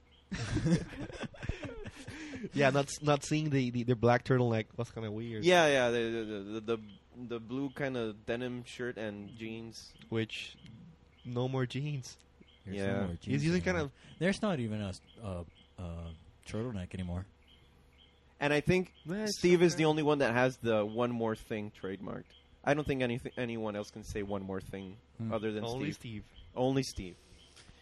S1: Yeah, not s- not seeing the, the, the black turtleneck was kind of weird.
S2: Yeah, yeah, the the the, the, the blue kind of denim shirt and jeans.
S1: Which, no more jeans.
S3: There's
S2: Yeah.
S3: no more
S1: He's
S3: jeans
S1: using kind
S3: anymore.
S1: of.
S3: There's not even a s- uh, uh, turtleneck anymore.
S2: And I think
S1: Yeah, eh, it's
S2: Steve is
S1: okay.
S2: the only one that has the one more thing trademarked. I don't think anything anyone else can say one more thing
S3: Hmm.
S2: other than
S1: Only
S2: Steve.
S1: Steve.
S2: Only Steve.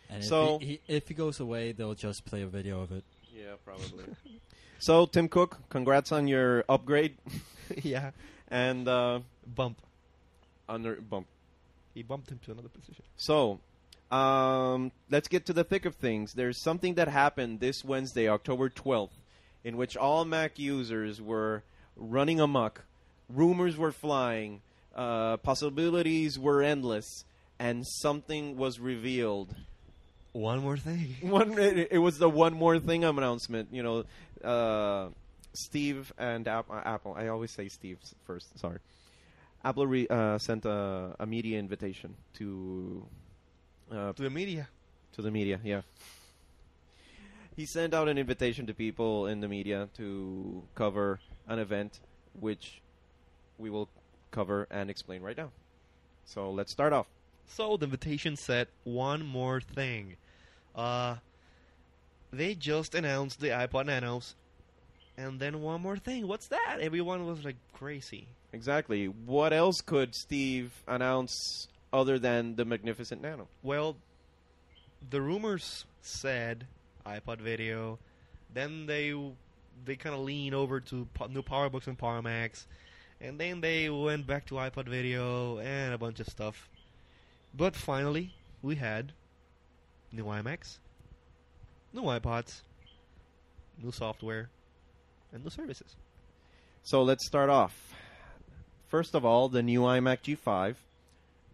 S3: And
S2: So-
S3: if he, he, if he goes away, they'll just play a video of it.
S2: Yeah, probably. so Tim Cook, congrats on your upgrade
S1: yeah.
S2: and uh,
S1: Bump.
S2: on the bump.
S1: He bumped him to another position.
S2: So, um, let's get to the thick of things. There's something that happened this Wednesday, October 12th, in which all Mac users were running amok. Rumors were flying. Uh, possibilities were endless. And something was revealed.
S1: One more thing.
S2: One, it, it was the one more thing announcement. You know, uh, Steve and App, uh, Apple. I always say Steve s- first. Sorry. Apple re, uh, sent a, a media invitation to uh,
S1: To the media.
S2: to the media, yeah. He sent out an invitation to people in the media to cover an event which we will cover and explain right now. So let's start off.
S1: So the invitation said one more thing. Uh, they just announced the iPod Nanos, and then one more thing. What's that? Everyone was like crazy.
S2: Exactly. What else could Steve announce other than the Magnificent Nano?
S1: Well, the rumors said iPod Video. Then they they kind of lean over to po- new PowerBooks and PowerMax, and then they went back to iPod Video and a bunch of stuff. But finally, we had new iMacs, new iPods, new software, and new services.
S2: So let's start off. First of all, the new iMac G5,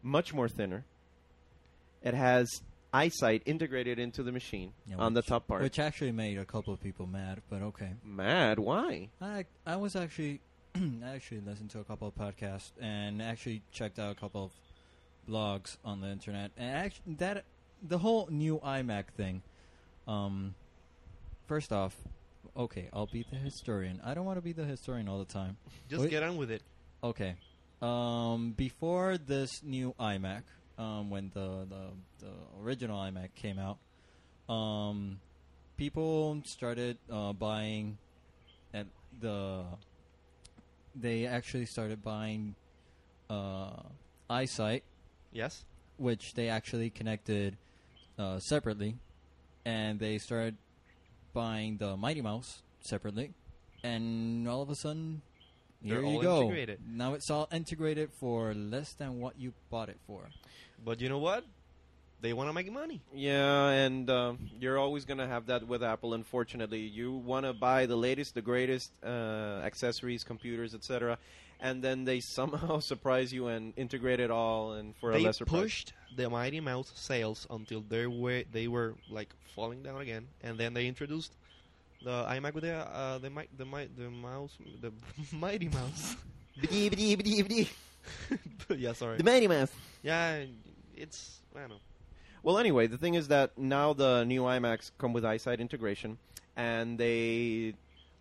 S2: much more thinner. It has eyesight integrated into the machine
S3: Yeah,
S2: on
S3: which-
S2: the top part.
S3: Which actually made a couple of people mad, but okay.
S2: Mad? Why?
S3: I I was actually I actually listened to a couple of podcasts and actually checked out a couple of blogs on the internet and actually that the whole new iMac thing. Um, first off, okay, I'll be the historian. I don't want to be the historian all the time.
S1: Just
S3: Wait.
S1: get on with it.
S3: Okay, um, before this new iMac, um, when the, the the original iMac came out, um, people started uh, buying at the they actually started buying uh, eyesight
S1: Yes.
S3: which they actually connected uh, separately and they started buying the mighty mouse separately and all of a sudden
S1: They're
S3: here
S1: all
S3: you go
S1: integrated.
S3: now it's all integrated for less than what you bought it for
S1: But you know what? They want to make money.
S2: Yeah, and uh, you're always going to have that with Apple, unfortunately. You want to buy the latest, the greatest uh, accessories, computers, etc., and then they somehow surprise you and integrate it all and for a
S1: they
S2: lesser price.
S1: pushed the Mighty Mouse sales until they were they were like falling down again, and then they introduced the iMac with the uh, the mic the mi- the mouse the Mighty Mouse.
S2: Bidi, bidi, bidi, bidi.
S1: yeah, sorry.
S2: The Mighty Mouse.
S1: yeah, it's I don't know.
S2: Well, anyway, the thing is that now the new iMacs come with eyesight integration, and they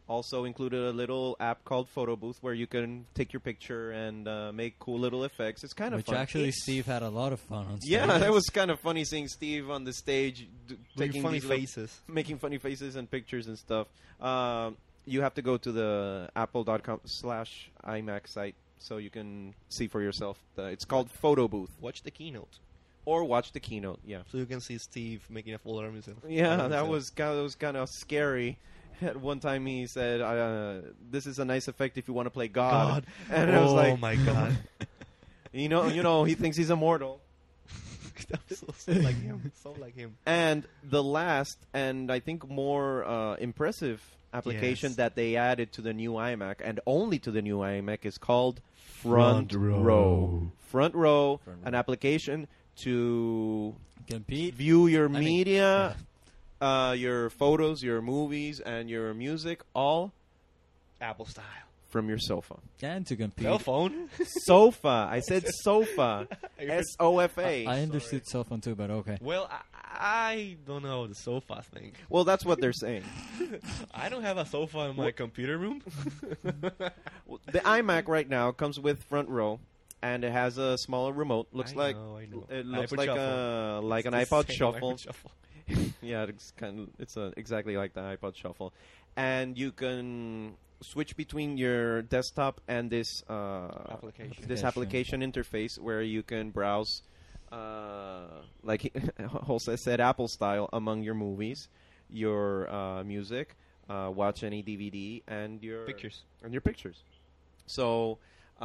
S2: also included a little app called Photo Booth where you can take your picture and uh, make cool little effects. It's kind of
S3: which
S2: fun.
S3: actually
S2: It's-
S3: steve had a lot of fun on stage.
S2: Yeah, that was kind of funny seeing Steve on the stage d-
S1: Doing
S2: taking
S1: funny
S2: these little-
S1: faces.
S2: making funny faces and pictures and stuff. Um, you have to go to the apple.com slash iMac site so you can see for yourself. The, it's called Photo Booth
S1: Watch the keynote
S2: or watch the keynote. Yeah,
S1: so you can see Steve making a fool out of himself. Out
S2: yeah,
S1: of
S2: that
S1: himself.
S2: was kind of, that was kind of scary. At one time, he said, uh, "This is a nice effect if you want to play God."
S1: God.
S2: And I was
S1: oh
S2: like,
S1: my god.
S2: "You know, you know, he thinks he's immortal."
S1: I'm so, so like him. So like him.
S2: And the last, and I think more uh, impressive application
S1: Yes.
S2: that they added to the new iMac, and only to the new iMac, is called Front,
S4: Front
S2: row.
S4: Row.
S2: Front row,
S3: Front Row.
S2: an application to
S3: Compete.
S2: view your
S3: mean-
S2: media, uh, your photos, your movies, and your music all
S1: Apple style.
S2: from your cell phone.
S3: And to compete.
S1: Cell phone.
S2: sofa. I said sofa.
S1: I heard-
S2: S O F A.
S3: I understood cell phone too, but okay.
S1: Well, I, I don't know the sofa thing.
S2: Well, that's what they're saying.
S1: I don't have a sofa in my computer room.
S2: Well, The iMac right now comes with front row, and it has a smaller remote. Looks
S1: I
S2: like
S1: know, I know.
S2: it looks
S1: iPod
S2: like
S1: Shuffle.
S2: a like an
S1: It's the
S2: iPod
S1: same
S2: Shuffle.
S1: iPod shuffle.
S2: yeah, it's kind of it's uh exactly like the iPod Shuffle, and you can switch between your desktop and this uh,
S1: Application.
S2: this application interface where you can browse, uh, like Jose said, Apple style among your movies, your uh, music, uh, watch any DVD, and your
S1: Pictures.
S2: and your pictures. So.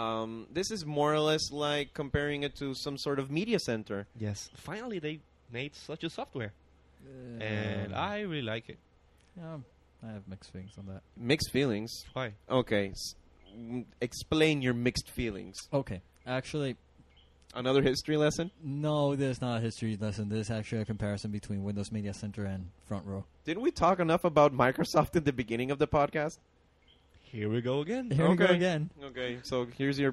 S2: Um, this is more or less like comparing it to some sort of media center.
S1: Yes. Finally, they made such a software,
S3: Mm.
S1: and I really like it.
S3: Uh, Yeah, I have mixed feelings on that.
S2: Mixed feelings.
S1: Why?
S2: Okay. s- m- Explain your mixed feelings.
S3: Okay. Actually,
S2: Another history lesson?
S3: no, there's not a history lesson. There's actually a comparison between Windows Media Center and Front Row.
S2: Didn't we talk enough about Microsoft at the beginning of the podcast?
S1: Here we go again.
S3: Here we go
S2: Okay.
S3: again.
S2: Okay, so here's your.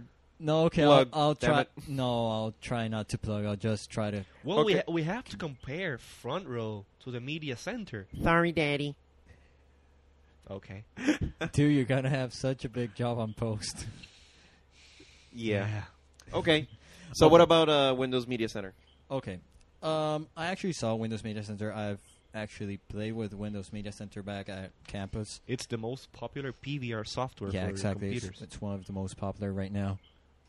S3: No, okay,
S2: Plug,
S3: I'll, I'll
S2: damn
S3: try.
S2: it.
S3: No, I'll try not to plug. I'll just try to.
S1: Well, we
S2: Okay.
S1: ha- we have to compare Front Row to the Media Center.
S2: Sorry, Daddy.
S1: Okay.
S3: Dude, you're gonna have such a big job on post.
S2: Yeah. Okay. So what about uh, Windows Media Center?
S3: Okay. Um, I actually saw Windows Media Center. I've actually played with Windows Media Center back at campus.
S1: It's the most popular PVR software
S3: yeah,
S1: for
S3: exactly. It's,
S1: computers.
S3: it's one of the most popular right now.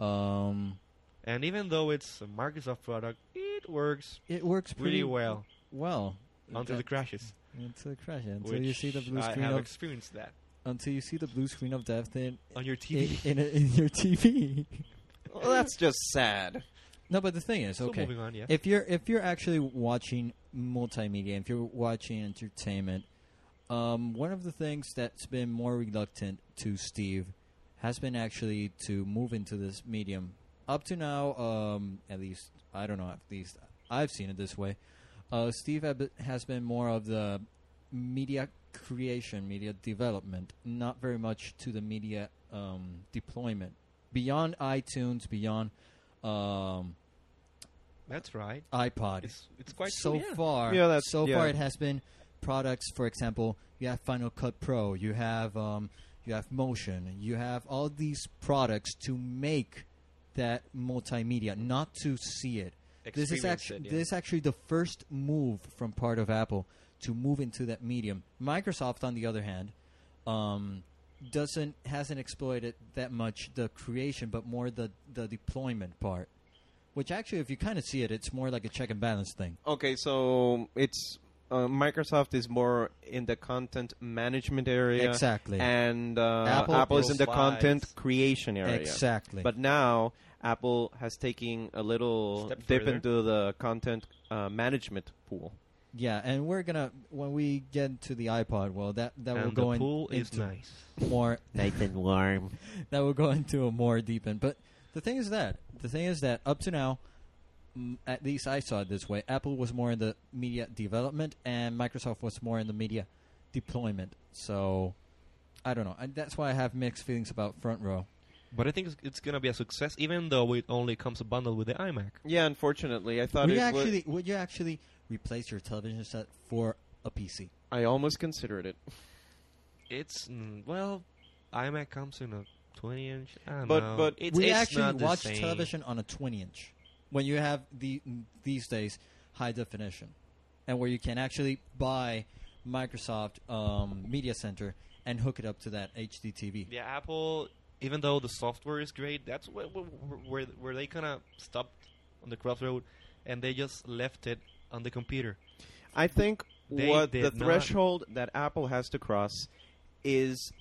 S3: Um,
S1: And even though it's a Microsoft product, it works
S3: it works pretty
S1: really well
S3: Well,
S1: until the crashes.
S3: until it crashes. Until you
S1: which
S3: see the blue
S1: I
S3: screen
S1: have
S3: of
S1: experienced that
S3: until you see the blue screen of death in
S1: on your TV.
S3: in, in, a, in your TV.
S2: Well, that's just sad.
S3: no, but the thing is,
S1: So
S3: okay.
S1: moving on, yeah.
S3: if you're if you're actually watching multimedia, if you're watching entertainment, um, one of the things that's been more reluctant to Steve has been actually to move into this medium. Up to now, um, at least I don't know. At least I've seen it this way. Uh, Steve have- has been more of the media creation, media development, not very much to the media um, deployment. Beyond iTunes, beyond um,
S1: That's right.
S3: iPod,
S1: It's it's quite
S3: so
S1: true, yeah.
S3: far.
S2: Yeah, that's-
S3: so
S2: yeah.
S3: far it has been products. For example, you have Final Cut Pro, you have um, you have Motion, you have all these products to make that multimedia, not to see it. This
S2: Experience
S3: is actually
S2: it, yeah.
S3: this is actually the first move from part of Apple to move into that medium. Microsoft, on the other hand, um, doesn't hasn't exploited that much the creation, but more the the deployment part. Which actually, if you kind of see it, it's more like a check and balance thing.
S2: Okay, so it's uh, Microsoft is more in the content management area,
S3: Exactly.
S2: and uh, Apple,
S3: Apple
S2: is in the
S1: provides-
S2: content creation area,
S3: Exactly.
S2: But now Apple has taken a little
S1: Step
S2: dip
S1: further.
S2: into the content uh, management pool.
S3: yeah, and we're gonna when we get to the iPod, well, that that will
S1: And
S3: go
S1: the
S3: in-
S1: pool is
S3: into
S1: nice.
S3: more
S2: Nice and warm.
S3: that will go into a more deep end. But the thing is that the thing is that up to now, mm, at least I saw it this way. Apple was more in the media development, and Microsoft was more in the media deployment. So I don't know. And that's why I have mixed feelings about Front Row.
S1: But I think it's, it's gonna be a success, even though it only comes a bundle with the iMac.
S2: Yeah, unfortunately, I thought
S3: would
S2: it
S3: you
S2: would-
S3: actually would you actually replace your television set for a PC?
S2: I almost considered it,
S1: It's mm, well, iMac comes in a twenty inch. I don't
S2: But-
S1: know.
S2: but-
S1: it's,
S3: we
S1: it's
S3: actually
S1: not the
S3: watch
S1: same.
S3: television on a 20 inch when you have the these days high definition and where you can actually buy microsoft um, media center and hook it up to that hd tv
S1: Yeah, Apple. Even though the software is great, that's where where- where, where they kind of stopped on the crossroad, and they just left it on the computer.
S2: I think
S1: They
S2: what
S1: did
S2: the
S1: not-
S2: threshold that Apple has to cross is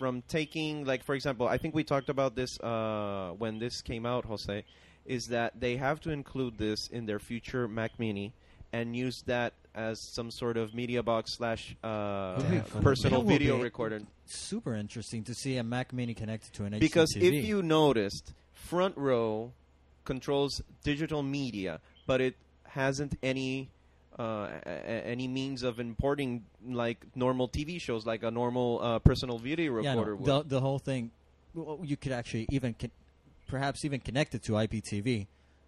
S2: from taking, like, for example, I think we talked about this uh, when this came out, Jose, is that they have to include this in their future Mac Mini and use that as some sort of media box slash uh,
S3: That'd be fun.
S2: personal
S3: That would
S2: video
S3: be-
S2: recorder.
S3: Super interesting to see a Mac Mini connected to an
S2: Because
S3: HDTV.
S2: if you noticed, Front Row controls digital media, but it hasn't any uh, a- a- any means of importing like normal TV shows, like a normal uh, personal video
S3: yeah, no,
S2: recorder would.
S3: the the whole thing, well, you could actually even con- perhaps even connect it to IPTV.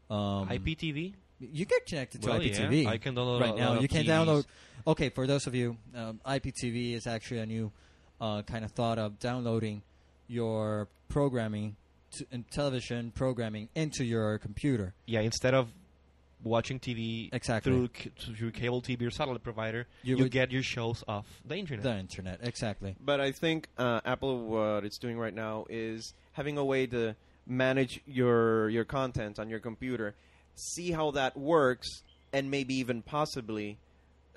S3: Um,
S1: IPTV.
S3: You get connected to
S1: Well, yeah,
S3: IPTV.
S1: I can download a
S3: right
S1: lot
S3: now.
S1: of
S3: You can
S1: TVs.
S3: download. Okay, for those of you, um, IPTV is actually a new uh, kind of thought of downloading your programming to, and television programming into your computer.
S1: Yeah, instead of watching TV
S3: Exactly.
S1: through c- through cable TV or satellite provider,
S3: You
S1: you,
S3: would-
S1: get your shows off the internet.
S3: The internet, exactly.
S2: But I think uh, Apple, what it's doing right now is having a way to manage your your content on your computer, see how that works, and maybe even possibly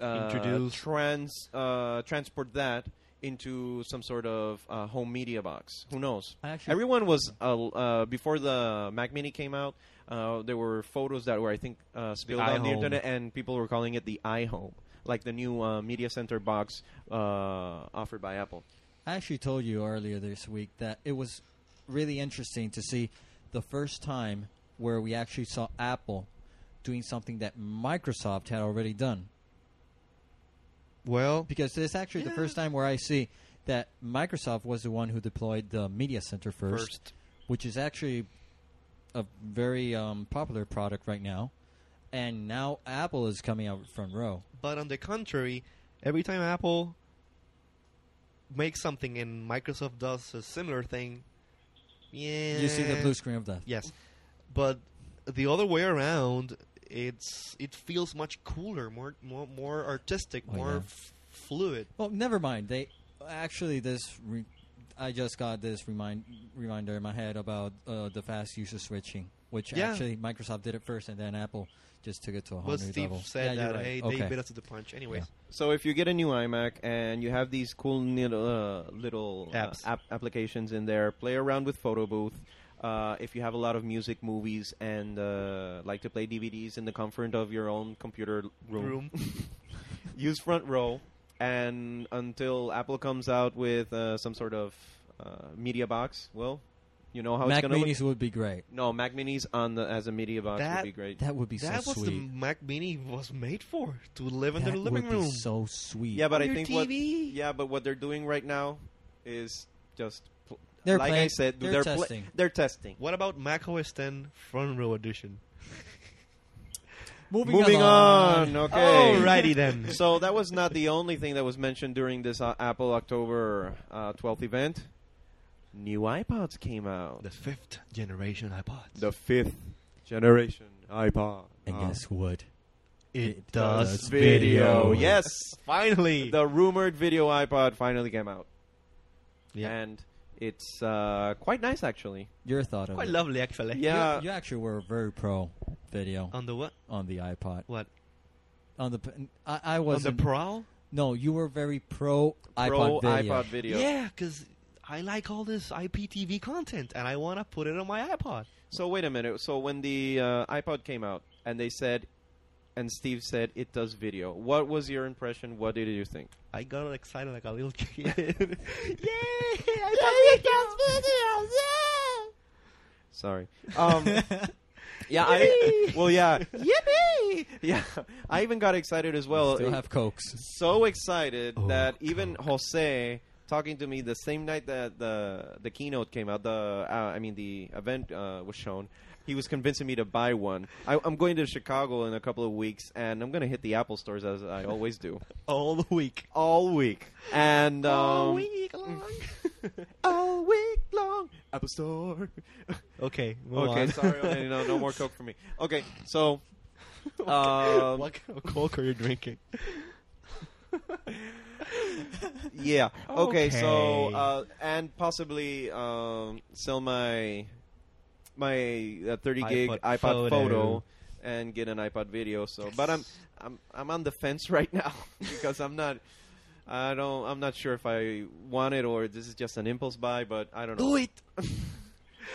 S2: uh,
S1: Introduce-
S2: trans uh, transport that into some sort of uh, home media box. Who knows?
S3: I actually-
S2: Everyone was uh, uh, before the Mac Mini came out. Uh, there were photos that were, I think, uh, spilled on the
S1: iHome.
S2: internet, and people were calling it the iHome, like the new uh, media center box uh, offered by Apple.
S3: I actually told you earlier this week that it was really interesting to see the first time where we actually saw Apple doing something that Microsoft had already done.
S1: Well,
S3: Because it's actually the first time where I see that Microsoft was the one who deployed the Media Center first,
S1: First.
S3: which is actually a very um, popular product right now. And now Apple is coming out with front row.
S1: but on the contrary, every time Apple makes something and Microsoft does a similar thing, yeah,
S3: You see the blue screen of death.
S1: Yes, but the other way around, it's it feels much cooler, more more more artistic,
S3: Oh,
S1: more
S3: yeah. Oh,
S1: f- fluid.
S3: Well, never mind. They actually this. Re- I just got this remind reminder in my head about uh, the fast user switching, which
S1: Yeah.
S3: actually Microsoft did it first, and then Apple just took it to a whole
S1: But
S3: new
S1: Steve
S3: level.
S1: said
S3: Yeah,
S1: that
S3: you're right.
S1: hey,
S3: okay.
S1: they beat us to the punch. Anyways,
S2: So if you get a new iMac and you have these cool little, uh, little uh,
S1: Apps.
S2: app applications in there, play around with Photo Booth. Uh, if you have a lot of music, movies, and uh, like to play DVDs in the comfort of your own computer room,
S1: room.
S2: use Front Row. And until Apple comes out with uh, some sort of uh, media box, well, you know how
S3: Mac
S2: it's going to
S3: Minis would be great.
S2: No, Mac Minis on the as a media box
S1: That-
S2: would be great.
S3: That would be
S1: That
S3: so
S1: was the
S3: sweet.
S1: Mac Mini was made for to live in
S3: that
S1: their living
S3: would be
S1: room.
S3: so sweet.
S2: Yeah, but
S1: On
S2: I
S1: your
S2: think what
S1: TV.
S2: yeah, but what they're doing right now is just pl-
S3: They're
S2: like I
S3: playing-
S2: said,
S3: they're
S2: pla-
S3: testing.
S2: they're testing.
S1: What about Mac OS 10 Front Row Edition?
S3: moving,
S2: Moving on.
S3: along.
S2: Okay.
S1: Alrighty then.
S2: So that was not the only thing that was mentioned during this uh, Apple October uh, 12th event. New iPods came out.
S1: the fifth generation iPods.
S2: The fifth generation iPod.
S3: And
S2: Uh,
S3: guess what?
S1: it
S3: it does
S1: does
S3: video.
S2: video.
S1: Yeah.
S2: Yes.
S1: Finally.
S2: The rumored video iPod finally came out.
S1: yeah.
S2: And it's uh, quite nice actually.
S3: Your thought of
S1: Quite
S3: it.
S1: lovely actually.
S3: You-
S2: Yeah.
S3: you, actually were very pro video
S1: On the what?
S3: on the iPod.
S1: What?
S3: On the p- I, I
S1: On
S3: was
S1: the prowl?
S3: no, you were very pro iPod
S2: Pro
S3: video.
S2: iPod video.
S1: Yeah, because I like all this IPTV content and I want to put it on my iPod.
S2: So wait a minute. So when the uh, iPod came out, and they said, and Steve said it does video. What was your impression? What did you think?
S1: I got all excited like a little kid.
S2: Sorry. Um, yeah. I, well, yeah.
S1: Yippee!
S2: Yeah. I even got excited as well.
S3: Still have cokes.
S2: so excited
S1: Oh,
S2: that even Jose talking to me the same night that the the keynote came out, the uh, I mean the event uh, was shown. He was convincing me to buy one. I, I'm going to Chicago in a couple of weeks, and I'm going to hit the Apple stores as I always do.
S1: All the week.
S2: all week. And um,
S1: all week long.
S2: all week long. Apple Store.
S1: okay, move
S2: okay,
S1: on.
S2: sorry, okay, no, no more coke for me. Okay, so um,
S1: what kind of Coke are you drinking?
S2: yeah, okay, so
S1: Okay.
S2: uh, and possibly um, sell my my uh, 30 gig
S1: iPod
S2: iPod photo.
S1: photo.
S2: and get an iPod video. So, but I'm I'm I'm on the fence right now because I'm not. I don't. I'm not sure if I want it or this is just an impulse buy, but I don't know.
S1: Do it.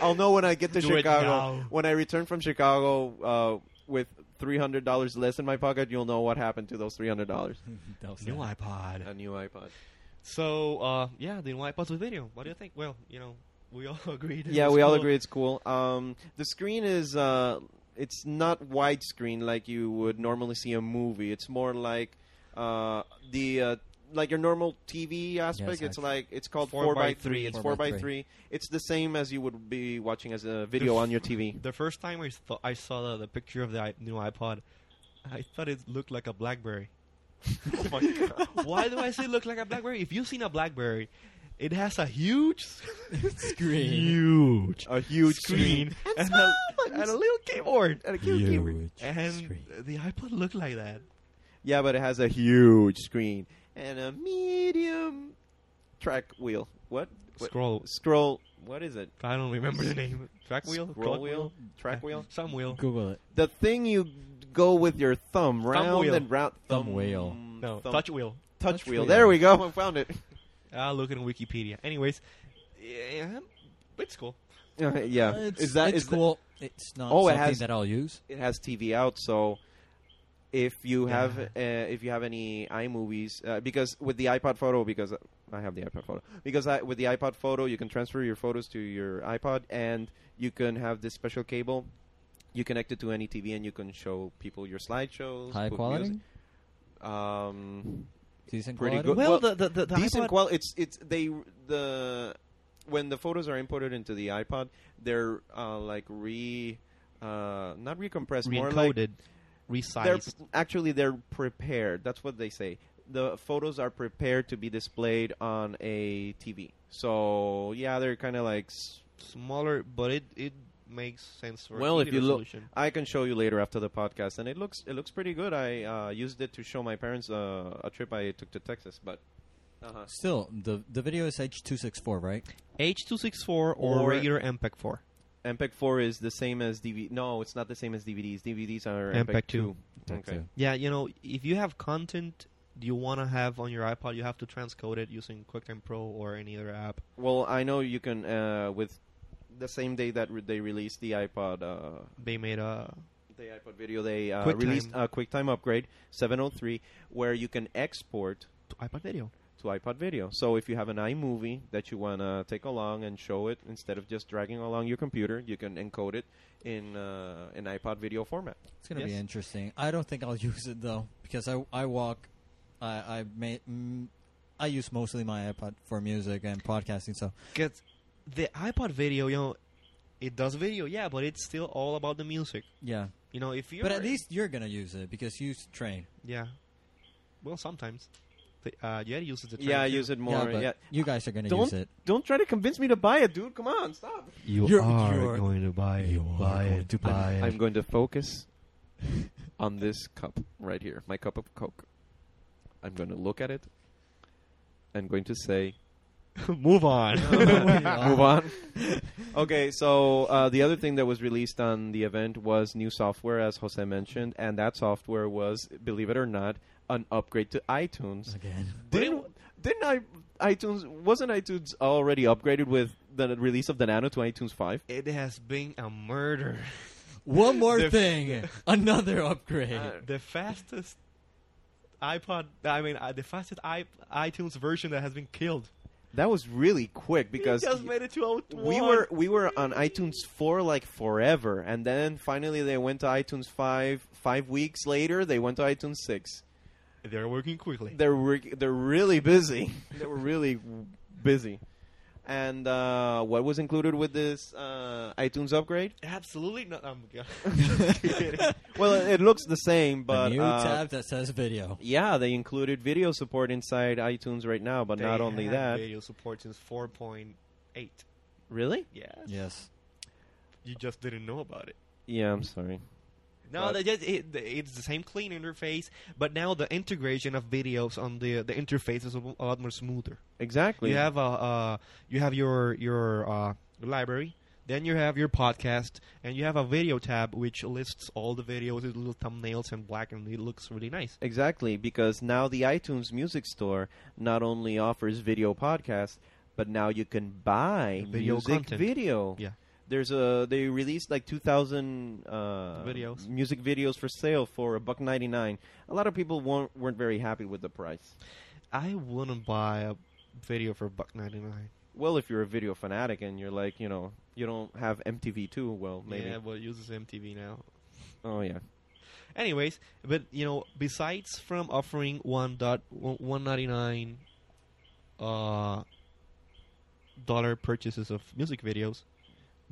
S2: I'll know when I get to
S1: Do it
S2: Chicago.
S1: now.
S2: When I return from Chicago uh, with three hundred dollars less in my pocket, you'll know what happened to those three hundred dollars.
S3: That was
S1: New
S3: sad.
S1: iPod.
S2: A new iPod.
S1: So uh, yeah, the new iPods with video. What do you think? Well, you know, we all agreed. it
S2: Yeah,
S1: was
S2: we all
S1: cool.
S2: agree it's cool. Um, the screen is uh, it's not widescreen like you would normally see a movie. It's more like uh, the uh, like your normal TV aspect. it's
S3: actually.
S2: like it's called
S1: Four
S2: four,
S1: by
S2: by
S1: three.
S2: three. It's
S3: Four
S2: four,
S3: by
S2: by
S3: three.
S2: three. It's the same as you would be watching as a video
S1: f-
S2: on your TV.
S1: The first time I, th- I saw the, the picture of the i- new iPod, I thought it looked like a BlackBerry.
S2: oh my god!
S1: Why do I say look like a BlackBerry? If you've seen a BlackBerry, it has a huge,
S3: Screen.
S1: huge
S2: A huge
S1: screen,
S2: screen.
S1: and, a, and a little keyboard.
S2: And a cute keyboard.
S3: Huge
S1: And
S3: screen.
S2: uh,
S1: the iPod looked like that.
S2: Yeah, but it has a huge screen and a medium track wheel. What? what?
S1: Scroll.
S2: Scroll. What is it?
S1: I don't remember the name. Track wheel?
S2: Scroll
S1: Cog
S2: wheel? Track
S1: Uh,
S2: wheel?
S1: Some wheel.
S3: Google it.
S2: The thing you go with your thumb round
S1: wheel.
S2: and round.
S3: Thumb wheel.
S1: No,
S2: thumb-
S1: touch wheel.
S2: touch
S3: touch
S2: wheel.
S3: wheel.
S2: There we go. I found it.
S1: I'll look it on Wikipedia. Anyways, yeah, it's cool.
S2: Uh, yeah.
S3: Uh, It's,
S2: is that
S3: it's
S2: is that-
S3: cool. it's not
S2: Oh, it
S3: something
S2: has-
S3: that I'll use.
S2: it has TV out, so if you have
S1: Yeah.
S2: uh, if you have any iMovies, uh, because with the iPod Photo, because I have the iPod Photo, because I, with the iPod Photo, you can transfer your photos to your iPod, and you can have this special cable. You connect it to any TV, and you can show people your slideshows.
S3: High
S2: put
S3: quality?
S2: music. Um,
S3: Decent
S2: pretty
S3: quality?
S2: good. Well,
S1: the, the, the,
S2: decent quality. It's it's they the when the photos are imported into the iPod, they're uh, like re uh, not recompressed, more like
S1: re-encoded,
S2: they're
S1: resized.
S2: actually they're prepared. That's what they say. The photos are prepared to be displayed on a TV. So yeah, they're kind of like. s-
S1: smaller, but it it makes sense for
S2: Well, if
S1: TV
S2: you look-
S1: resolution.
S2: I can show you later after the podcast, and it looks it looks pretty good. I uh, used it to show my parents uh, a trip I took to Texas, but uh
S3: Still, the the video is H264, right?
S1: H two six four or
S2: Or-
S1: regular MPEG four.
S2: MPEG E four is the same as DVD. No, it's not the same as DVDs. DVDs are
S1: MPEG
S2: MPEG,
S1: two.
S2: two.
S3: That's
S2: Okay.
S3: it.
S1: Yeah, you know, if you have content you want to have on your iPod, you have to transcode it using QuickTime Pro or any other app.
S2: Well, I know you can uh, with the same day that re- they released the iPod. Uh,
S1: They made a
S2: the iPod video, they uh,
S1: QuickTime.
S2: released a QuickTime upgrade 703 where you can export
S1: iPod video.
S2: to iPod video. So if you have an iMovie that you want to take along and show it instead of just dragging along your computer, you can encode it in uh, an iPod video format.
S3: It's gonna be
S2: Yes.
S3: interesting. I don't think I'll use it though because I I walk, I I may, mm, I use mostly my iPod for music and podcasting. So
S1: Cause the iPod video, you know, it does video, yeah, but it's still all about the music.
S3: yeah,
S1: You know, if you
S3: but at least you're gonna use it because you s- train.
S1: yeah, well sometimes, the, uh, yeah, it uses the
S2: Yeah, I
S1: track, too.
S2: use it more.
S3: yeah,
S2: Yeah,
S3: but you guys are gonna
S2: Don't-
S3: use it.
S2: Don't try to convince me to buy it, dude. Come on, stop.
S1: You
S3: You're-
S1: are
S3: you're-
S1: going to buy it.
S3: you are
S1: buy
S3: going
S1: it.
S3: to buy
S1: buy
S3: it.
S1: it.
S2: I'm going to focus on this cup right here, my cup of Coke. I'm going to look at it. I'm going to say,
S1: Move on.
S2: Move on. okay, so uh, the other thing that was released on the event was new software, as Jose mentioned, and that software was, believe it or not, an upgrade to iTunes.
S3: Again,
S1: But it
S2: Didn't, didn't I iTunes wasn't iTunes already upgraded with the release of the Nano to iTunes five?
S1: it has been a murder.
S3: one more
S1: The-
S3: thing, another upgrade.
S2: Uh,
S1: The fastest iPod, I mean, uh, the fastest i iTunes version that has been killed.
S2: That was really quick because
S1: it just made it to
S2: we were we were on iTunes four like forever, and then finally they went to iTunes five. Five weeks later, they went to iTunes six.
S1: They're working quickly.
S2: they're re- they're really busy. they were really busy. And uh, what was included with this uh, iTunes upgrade?
S1: Absolutely not. I'm kidding.
S2: well, it, it looks the same,
S3: a
S2: but
S3: new
S2: uh,
S3: tab that says video.
S2: yeah, they included video support inside iTunes right now. But not
S1: They
S2: only
S1: have
S2: that,
S1: video support since 4.8.
S2: really?
S1: Yeah,
S3: Yes,
S1: you just didn't know about it.
S2: Yeah, I'm sorry.
S1: No,
S2: But-
S1: they just, it, it's the same clean interface, but now the integration of videos on the the interface is a w- a lot more smoother.
S2: Exactly.
S1: You have a uh, you have your your uh, library, then you have your podcast, and you have a video tab which lists all the videos with little thumbnails and black, and it looks really nice.
S2: Exactly, because now the iTunes Music Store not only offers video podcasts, but now you can buy
S1: Video
S2: music
S1: content.
S2: video.
S1: Yeah.
S2: There's a they released like 2,000 uh,
S1: Videos.
S2: music videos for sale for a buck 99. A lot of people weren't weren't very happy with the price.
S1: I wouldn't buy a video for buck ninety nine.
S2: Well, if you're a video fanatic and you're like, you know, you don't have MTV2, well, maybe.
S1: Yeah, well, it uses MTV now.
S2: Oh yeah.
S1: Anyways, but you know, besides from offering one dot one ninety nine uh, dollar purchases of music videos,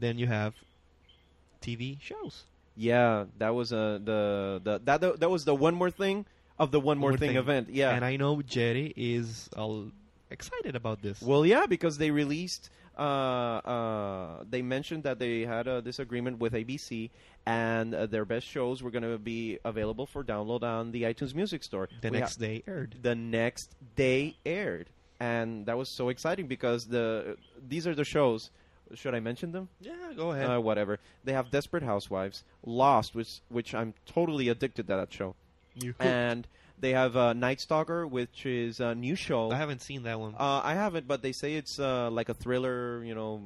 S1: then you have TV shows.
S2: Yeah, that was uh, the the that tha- that was the one more thing of the one more,
S1: More
S2: thing,
S1: thing.
S2: event. Yeah.
S1: and I know Jerry is all excited about this.
S2: well, yeah, because they released. Uh, uh, they mentioned that they had a disagreement with ABC, and uh, their best shows were going to be available for download on the iTunes Music Store.
S1: the
S2: We ha-
S1: next day aired.
S2: the next day aired, and that was so exciting because the these are the shows. Should I mention them?
S1: Yeah, go
S2: uh, whatever. They have Desperate Housewives, Lost, which which I'm totally addicted to that show,
S1: You
S2: and they have uh, Night Stalker, which is a new show.
S1: I haven't seen that one.
S2: uh, I haven't, but they say it's uh, like a thriller. You know,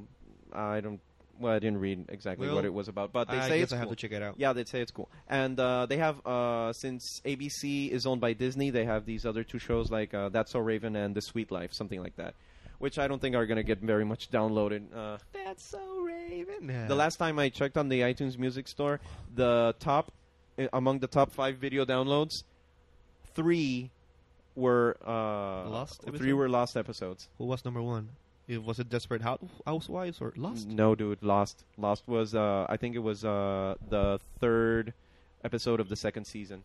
S2: I don't. Well, I didn't read exactly what
S1: Well,
S2: it was about, but they
S1: I
S2: say
S1: guess
S2: it's
S1: I have
S2: cool.
S1: to check it out.
S2: Yeah, they say it's cool. And uh, they have uh, since ABC is owned by Disney, they have these other two shows like uh, That's So Raven and The Sweet Life, something like that, which I don't think are going to get very much downloaded. Uh,
S1: That's so Raven. Yeah.
S2: the last time I checked on the iTunes Music Store, the top eh, among the top five video downloads, three were uh,
S1: Lost
S2: three
S1: episode?
S2: were lost episodes.
S1: Who was number one? It was it Desperate Hou- Housewives or Lost?
S2: No, dude, Lost. Lost was uh, I think it was uh, the third episode of the second season.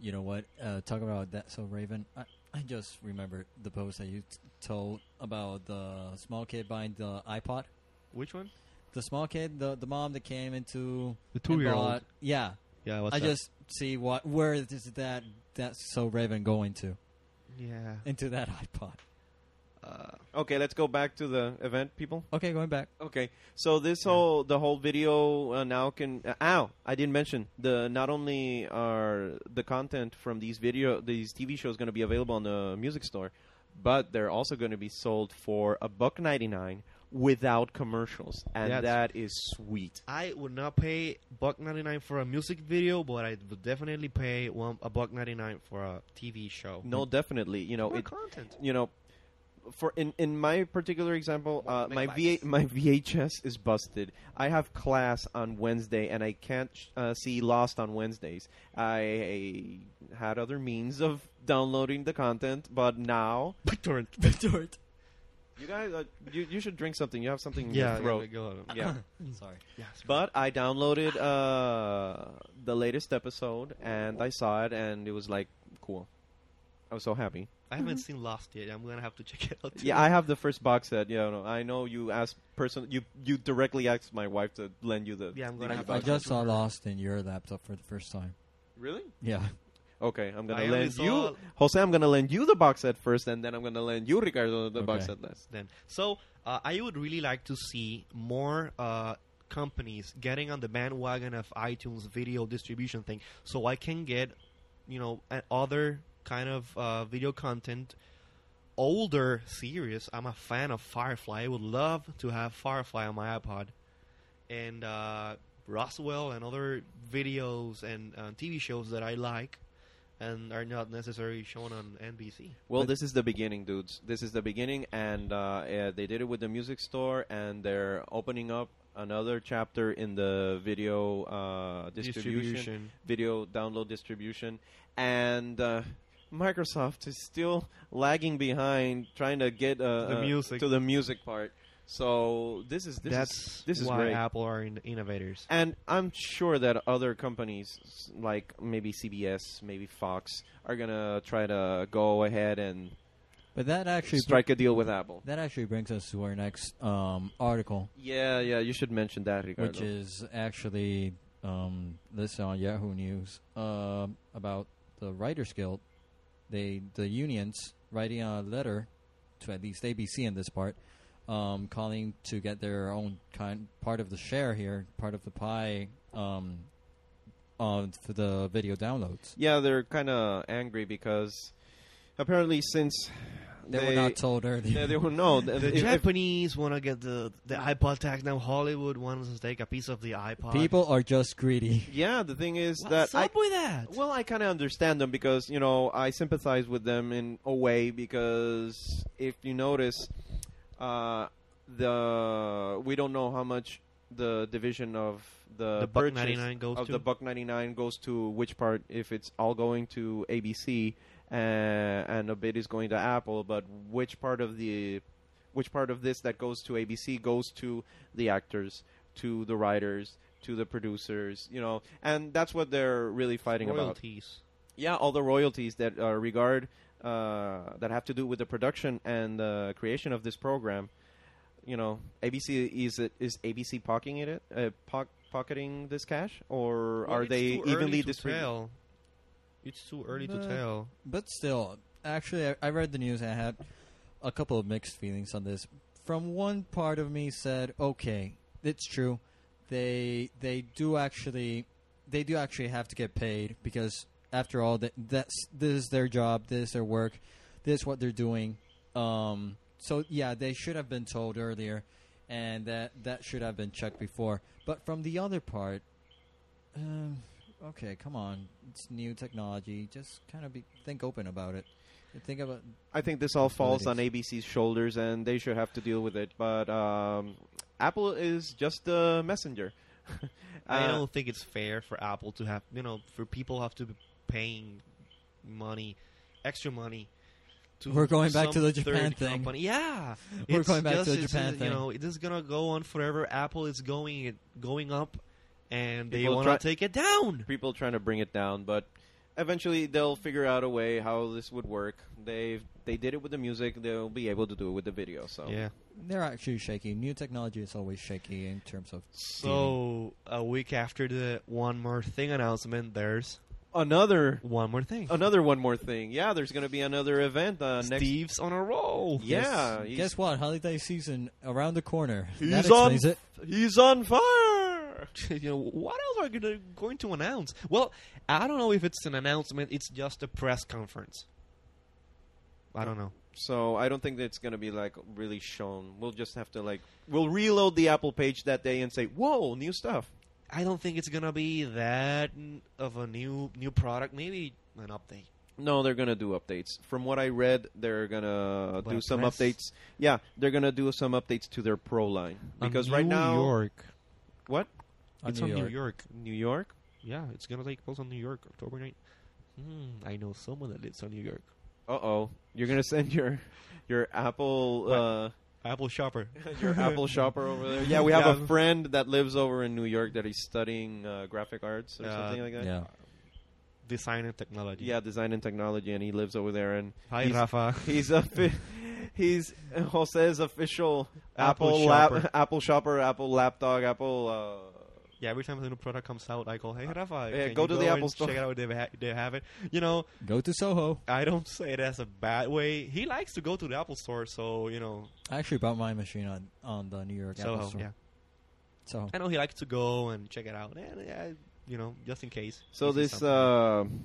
S3: You know what? Uh, talk about that. So Raven, I, I just remembered the post that you t- told about the small kid buying the iPod.
S1: Which one?
S3: The small kid, the the mom that came into
S1: The
S3: and
S1: two-year-old.
S3: bought- Yeah,
S1: Yeah, what's
S3: I
S1: that?
S3: just see what where is that that's so Raven going to
S1: yeah.
S3: into that iPod.
S1: Uh,
S2: Okay, let's go back to the event, people.
S3: Okay, going back.
S2: Okay, so this whole the whole video uh, now can uh, ow I didn't mention the not only are the content from these video these TV shows going to be available on the music store, but they're also going to be sold for a buck ninety nine without commercials, and
S1: That's-
S2: that is sweet.
S1: I would not pay buck ninety nine for a music video, but I would definitely pay one a buck ninety nine for a TV show.
S2: No, definitely, you know
S1: more
S2: it.
S1: content.
S2: You know, for in in my particular example, uh, my
S1: Make
S2: v
S1: lights.
S2: my VHS is busted. I have class on Wednesday, and I can't sh- uh, see Lost on Wednesdays. I had other means of downloading the content, but now
S1: BitTorrent.
S3: Retort.
S2: you guys, uh, you you should drink something. You have something in
S1: Yeah,
S2: your throat.
S1: go.
S2: Yeah.
S3: Sorry.
S1: yeah.
S2: But I downloaded uh, the latest episode, and I saw it, and it was like cool. I was so happy.
S1: I haven't seen Lost yet. I'm gonna have to check it out. Too.
S2: Yeah, I have the first box set. Yeah, no, I know you asked person you you directly asked my wife to lend you the.
S1: Yeah, I'm gonna
S2: DVD
S1: have to
S3: I
S2: box.
S1: check
S3: just saw
S1: Retort.
S3: Lost in your laptop for the first time.
S2: Really?
S3: Yeah.
S2: Okay, I'm gonna
S1: I only
S2: lend
S1: saw-
S2: you Jose. I'm gonna lend you the box set first, and then I'm gonna lend you Ricardo the box
S3: Okay.
S2: set last.
S1: then. So uh, I would really like to see more uh, companies getting on the bandwagon of iTunes video distribution thing, so I can get, you know, a- other kind of uh, video content. Older series. I'm a fan of Firefly. I would love to have Firefly on my iPod, and uh, Roswell and other videos and uh, TV shows that I like, and are not necessarily shown on NBC.
S2: Well,
S3: But-
S2: this is the beginning, dudes. This is the beginning, and uh, uh, they did it with the music store, and they're opening up another chapter in the video uh, distribution. video download distribution, and uh, Microsoft is still lagging behind trying to get uh,
S1: The
S2: uh,
S1: music.
S2: to the music part. So this is this
S1: That's
S2: is, this is
S1: why
S2: great.
S1: Apple are in- innovators.
S2: And I'm sure that other companies s- like maybe CBS, maybe Fox are gonna try to go ahead and
S3: But that actually
S2: strike a deal with Apple.
S3: that actually brings us to our next um, article,
S2: Yeah, yeah, you should mention that, Ricardo.
S3: which is actually um, this on Yahoo News um about the Writers Guild. They the unions writing a letter to at least ABC in this part, um, calling to get their own kind part of the share here, part of the pie um, on for the video downloads.
S2: Yeah, they're kind of angry because apparently since
S3: They, were not told earlier.
S2: They, they were no. th-
S1: The
S2: if- if-
S1: Japanese want to get the, the iPod tax. Now Hollywood wants to take a piece of the iPod.
S3: People are just greedy.
S2: yeah, the thing is
S1: what's
S2: that I,
S1: up with that?
S2: Well, I kind of understand them because you know I sympathize with them in a way because if you notice, uh, the we don't know how much the division of the,
S1: The buck
S2: purchase
S1: 99 goes
S2: of
S1: to?
S2: the buck ninety nine goes to which part? If it's all going to ABC uh, and a bit is going to Apple, but which part of the which part of this that goes to ABC goes to the actors, to the writers, to the producers, you know, and that's what they're really fighting about.
S1: royalties.
S2: Yeah, all the royalties that uh, regard uh, that have to do with the production and the creation of this program. You know, ABC is it is ABC pocketing it uh, pock, pocketing this cash, or
S1: Well,
S2: are
S1: it's
S2: they
S1: too early
S2: evenly
S1: to
S2: distributed?
S1: tell. It's too early
S3: Nah.
S1: to tell.
S3: But still, actually, I, I read the news and I had a couple of mixed feelings on this. From one part of me said, "Okay, it's true. They they do actually they do actually have to get paid because after all, that that's this is their job, this is their work, this is what they're doing. Um, so yeah, they should have been told earlier, and that that should have been checked before. But from the other part, um, okay, come on, it's new technology. Just kind of be, think open about it. Think about
S2: I think this all falls on
S3: Possibilities.
S2: ABC's shoulders, and they should have to deal with it. But um, Apple is just the messenger.
S1: I
S2: Uh,
S1: don't think it's fair for Apple to have you know for people have to be paying money, extra money. To
S3: We're going back to
S1: some
S3: the Japan
S1: third
S3: thing.
S1: company. Yeah,
S3: We're
S1: It's
S3: going back to
S1: just-
S3: the
S1: it's
S3: Japan
S1: just,
S3: thing.
S1: You know, it is gonna go on forever. Apple is going it going up, and they
S2: People
S1: want
S2: try-
S1: to take it down.
S2: people trying to bring it down, but eventually they'll figure out a way how this would work. They they did it with the music; they'll be able to do it with the video. So
S1: Yeah.
S3: they're actually shaky. New technology is always shaky in terms of
S1: So a week after the one more thing announcement, there's
S2: another
S1: one more thing.
S3: Oh,
S2: another one more thing. Yeah, there's going to be another event uh, next.
S1: Steve's on a roll.
S2: Yeah,
S3: Guess,
S2: he's,
S3: guess what? Holiday season around the corner. that
S2: He's on.
S3: explains it.
S2: He's on fire.
S1: you know, what else are you gonna, going to announce? Well, I don't know if it's an announcement. It's just a press conference. I don't know.
S2: So I don't think that it's going to be like really shown. We'll just have to like we'll reload the Apple page that day and say, "Whoa, new stuff."
S1: I don't think it's gonna be that n- of a new new product. Maybe an update.
S2: No, they're gonna do updates. From what I read, they're gonna
S1: Black
S2: do some
S1: Press?
S2: updates. Yeah, they're gonna do some updates to their pro line because right now,
S1: York.
S2: what
S3: On
S1: it's
S3: New
S1: on
S3: York.
S1: New York.
S2: New York?
S1: Yeah, it's gonna take place on New York, October 9th. Hmm, I know someone that lives on New York.
S2: Uh oh, you're gonna send your your Apple uh,
S1: Apple shopper.
S2: your Apple shopper over there. Yeah, we have a
S1: Yeah.
S2: friend that lives over in New York that is studying uh, graphic arts or
S1: Uh,
S2: something like that.
S3: Yeah.
S1: Design and technology.
S2: Yeah, design and technology, and he lives over there, and
S1: Hi,
S2: he's,
S1: Rafa.
S2: he's a. He's Jose's official
S1: Apple
S2: Apple lap-
S1: shopper.
S2: Apple shopper, Apple lapdog, Apple uh,
S1: Yeah, every time the new product comes out, I call, "Hey, Rafa,
S2: yeah,
S1: can
S2: go
S1: you
S2: to the Apple
S1: and
S2: store."
S1: Check out if they, ha- they have it." You know,
S3: Go to Soho.
S1: I don't say it as a bad way. He likes to go to the Apple store, so you know,
S3: I actually bought my machine on, on the New York Apple
S1: so
S3: Store.
S1: yeah,
S3: Soho.
S1: I know he likes to go and check it out, and yeah, you know, just in case.
S2: So
S1: he sees
S2: this
S1: something.
S2: uh,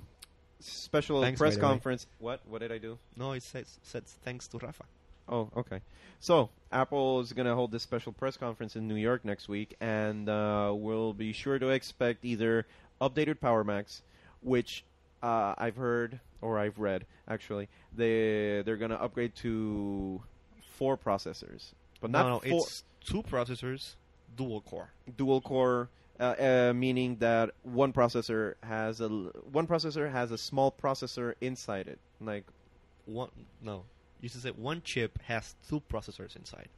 S2: special
S1: Thanks,
S2: press
S1: by the way.
S2: conference. What? What did I do?
S1: no, it says, says thanks to Rafa.
S2: Oh, okay. So Apple is going to hold this special press conference in New York next week, and uh, we'll be sure to expect either updated Power Macs, which uh, I've heard or I've read actually they they're going to upgrade to four processors, but not
S1: no, no,
S2: four
S1: it's two processors, dual core.
S2: dual core. Uh, uh, meaning that one processor has a l- one processor has a small processor inside it, like
S1: One no, you should say one chip has two processors inside.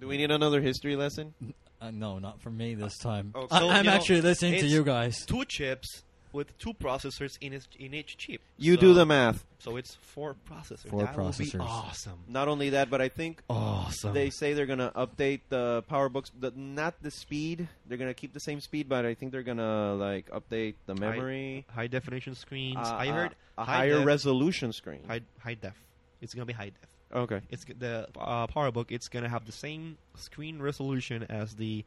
S2: Do
S1: Mm.
S2: we need another history lesson?
S3: Uh, no, not for me this time.
S2: oh,
S1: so,
S3: I, am
S1: you know,
S3: actually listening to
S1: it's-
S3: you guys.
S1: Two chips with two processors in each, in each chip.
S2: You
S1: So-
S2: do the math.
S1: So it's four processors.
S3: Four
S1: that Will
S3: processors.
S1: be awesome.
S2: Not only that, but I think
S1: Oh, Awesome.
S2: they say they're going to update the PowerBooks, the, not the speed. They're going to keep the same speed, but I think they're going to like update the memory.
S1: high definition screens.
S2: uh,
S1: I heard
S2: a
S1: high
S2: higher
S1: def-
S2: resolution screen.
S1: high, high def. It's gonna be high def.
S2: okay.
S1: It's g- the uh, PowerBook. It's gonna have the same screen resolution as the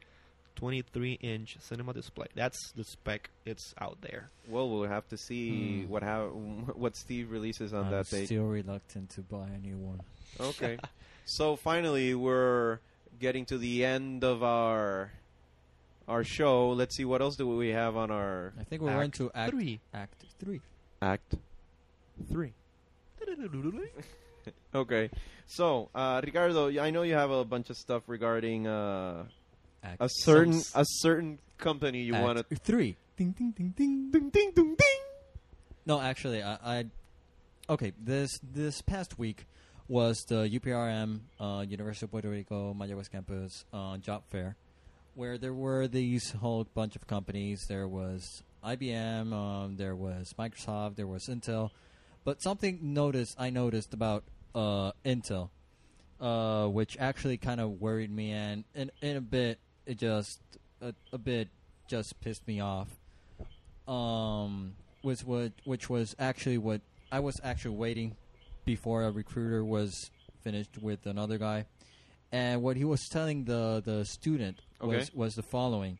S1: 23-inch cinema display. That's the spec. It's out there.
S2: Well, we'll have to see
S3: Hmm.
S2: what how what Steve releases on
S3: I'm
S2: that date.
S3: still reluctant to buy a new one.
S2: Okay. so finally, we're getting to the end of our our show. Let's see what else do we have on our
S3: I think we're
S1: Act
S3: into act
S1: Three.
S3: act three.
S2: act three. Okay. So, uh, Ricardo, I know you have a bunch of stuff regarding uh,
S3: Act
S2: a certain
S3: some s-
S2: a certain company you
S3: act
S2: want to.
S3: three. Ding ding ding ding.
S2: Ding ding ding ding.
S3: No, actually, I, I okay. This this past week was the UPRM uh, University of Puerto Rico Mayagüez campus uh, job fair, where there were these whole bunch of companies. There was IBM, um, there was Microsoft, there was Intel, but something noticed I noticed about uh, Intel, uh, which actually kind of worried me, and in, in a bit it just a, a bit just pissed me off um, was what which was actually what I was actually waiting before a recruiter was finished with another guy, and what he was telling the the student was
S2: Okay.
S3: was the following: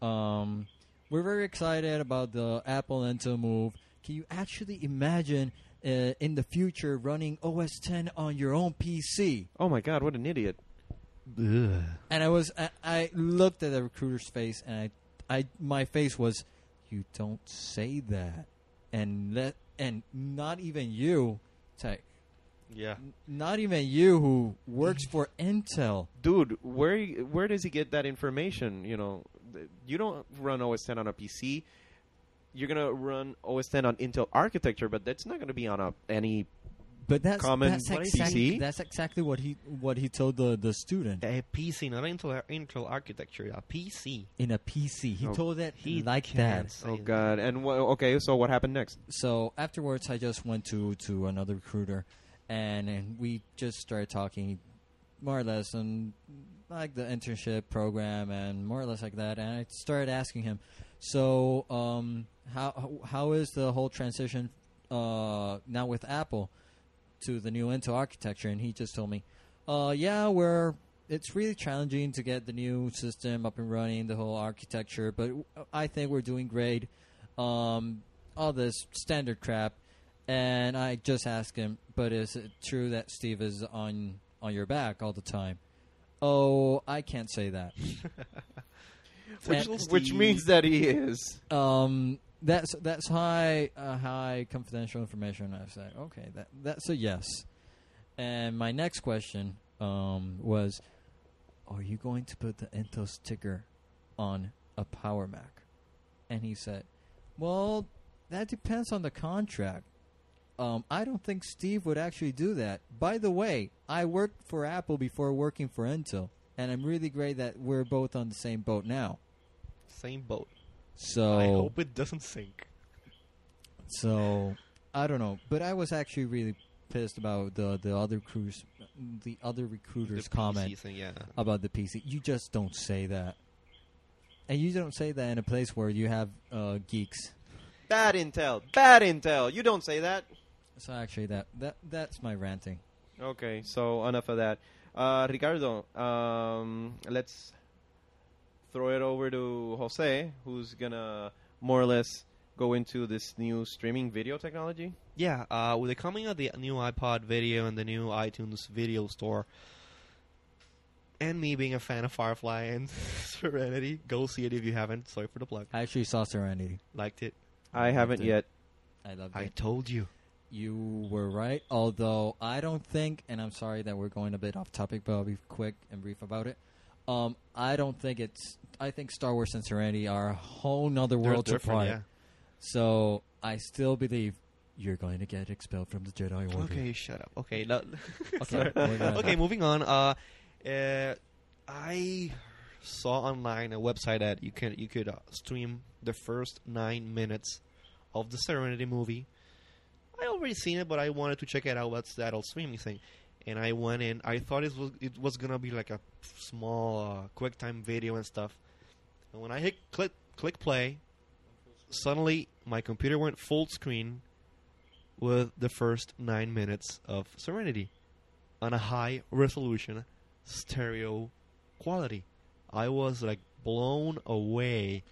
S3: um, We're very excited about the Apple Intel move. Can you actually imagine? Uh, in the future, running OS 10 on your own PC,
S2: Oh my God! What an idiot!
S3: and I was I, I looked at the recruiter's face, and I I my face was, you don't say that, and let and not even you, tech,
S1: Yeah.
S3: not even you who works for Intel.
S2: dude, where y- where does he get that information? You know, Th- you don't run OS 10 on a PC. You're gonna run OS 10 on Intel architecture, but that's not gonna be on a any.
S3: But that's
S2: Common
S3: that's
S2: PC?
S3: exactly that's exactly what he what he told the the student
S1: A PC, not Intel, Intel architecture. A PC.
S3: in a PC. He
S2: Oh,
S3: told it
S1: He
S3: like
S1: can't
S3: that.
S1: say
S2: Oh
S1: that.
S2: God! And wha okay, so what happened next?
S3: so afterwards i just went to to another recruiter and, and we just started talking more or less on like the internship program and more or less like that and i started asking him so um how how is the whole transition uh now with apple to the new Intel architecture, and he just told me, uh, "Yeah, we're it's really challenging to get the new system up and running, the whole architecture, but I think we're doing great. Um, all this standard crap." And I just asked him, "But is it true that Steve is on on your back all the time?" Oh, I can't say that.
S2: Which,
S1: Well,
S2: which
S1: Steve-
S2: means that he is.
S3: Um, that's that's high uh, high confidential information. I said, okay, that that's a yes. And my next question um, was, are you going to put the Intel sticker on a Power Mac? And he said, well, that depends on the contract. Um, I don't think Steve would actually do that. By the way, I worked for Apple before working for Intel, and I'm really great that we're both on the same boat now.
S1: Same boat.
S3: So
S1: I hope it doesn't sink.
S3: So I don't know, but I was actually really pissed about the the other cruise, the other recruiter's
S1: The PC
S3: comment
S1: thing, yeah.
S3: about the PC. You just don't say that, and you don't say that in a place where you have uh, geeks.
S2: Bad Intel. Bad Intel. You don't say that.
S3: So actually, that that that's my ranting.
S2: Okay, so enough of that. Uh, Ricardo, um, let's throw it over to Jose, who's gonna more or less go into this new streaming video technology.
S1: Yeah, uh, with the coming of the new iPod video and the new iTunes video store, and me being a fan of Firefly and Serenity, go see it if you haven't. Sorry for the plug.
S3: I actually saw Serenity.
S1: Liked it.
S2: I haven't
S3: Okay.
S2: yet.
S3: I loved
S1: I
S3: it.
S1: told you.
S3: You were right, although I don't think, and I'm sorry that we're going a bit off topic, but I'll be quick and brief about it. Um, I don't think it's. I think Star Wars and Serenity are a whole nother
S1: They're
S3: world
S1: different,
S3: apart.
S1: yeah.
S3: So I still believe you're going to get expelled from the Jedi Order.
S1: Okay, shut up. Okay, lo-
S3: Okay,
S1: Sorry.
S3: we're gonna-
S1: okay. Moving on. Uh, uh, I saw online a website that you can you could uh, stream the first nine minutes of the Serenity movie. I already seen it, but I wanted to check it out. What's that old streaming thing? And I went in. I thought it was it was gonna be like a small uh, QuickTime video and stuff. And when I hit click click play, suddenly my computer went full screen with the first nine minutes of Serenity on a high resolution stereo quality. I was like blown away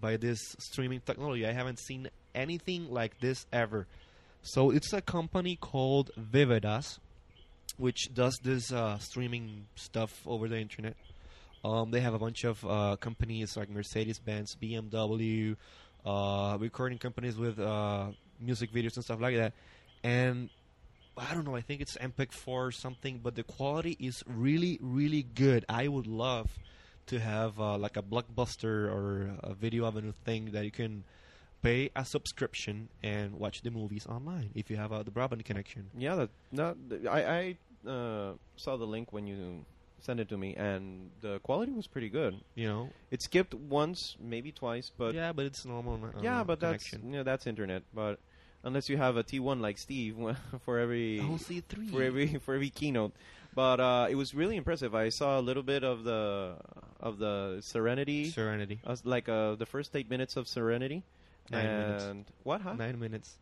S1: by this streaming technology. I haven't seen anything like this ever. So it's a company called Vividas, which does this uh, streaming stuff over the internet. Um, they have a bunch of uh, companies like Mercedes Benz, BMW, uh, recording companies with uh, music videos and stuff like that. And I don't know, I think it's MPEG 4 or something, but the quality is really, really good. I would love to have uh, like a blockbuster or a video avenue thing that you can pay a subscription and watch the movies online if you have uh, the broadband connection.
S2: Yeah, that not. I I uh, saw the link when you sent it to me, and the quality was pretty good.
S1: You know,
S2: It skipped once, maybe twice, but
S1: yeah, but it's normal. Uh,
S2: yeah, but that's
S1: connection.
S2: yeah, that's internet. But unless you have a T1 like Steve for every
S1: OC three.
S2: for every for every keynote. But uh, it was really impressive. I saw a little bit of the of the Serenity,
S1: Serenity.
S2: uh, like uh, the first eight minutes of Serenity,
S1: Nine
S2: and
S1: minutes.
S2: what? Huh?
S1: Nine minutes.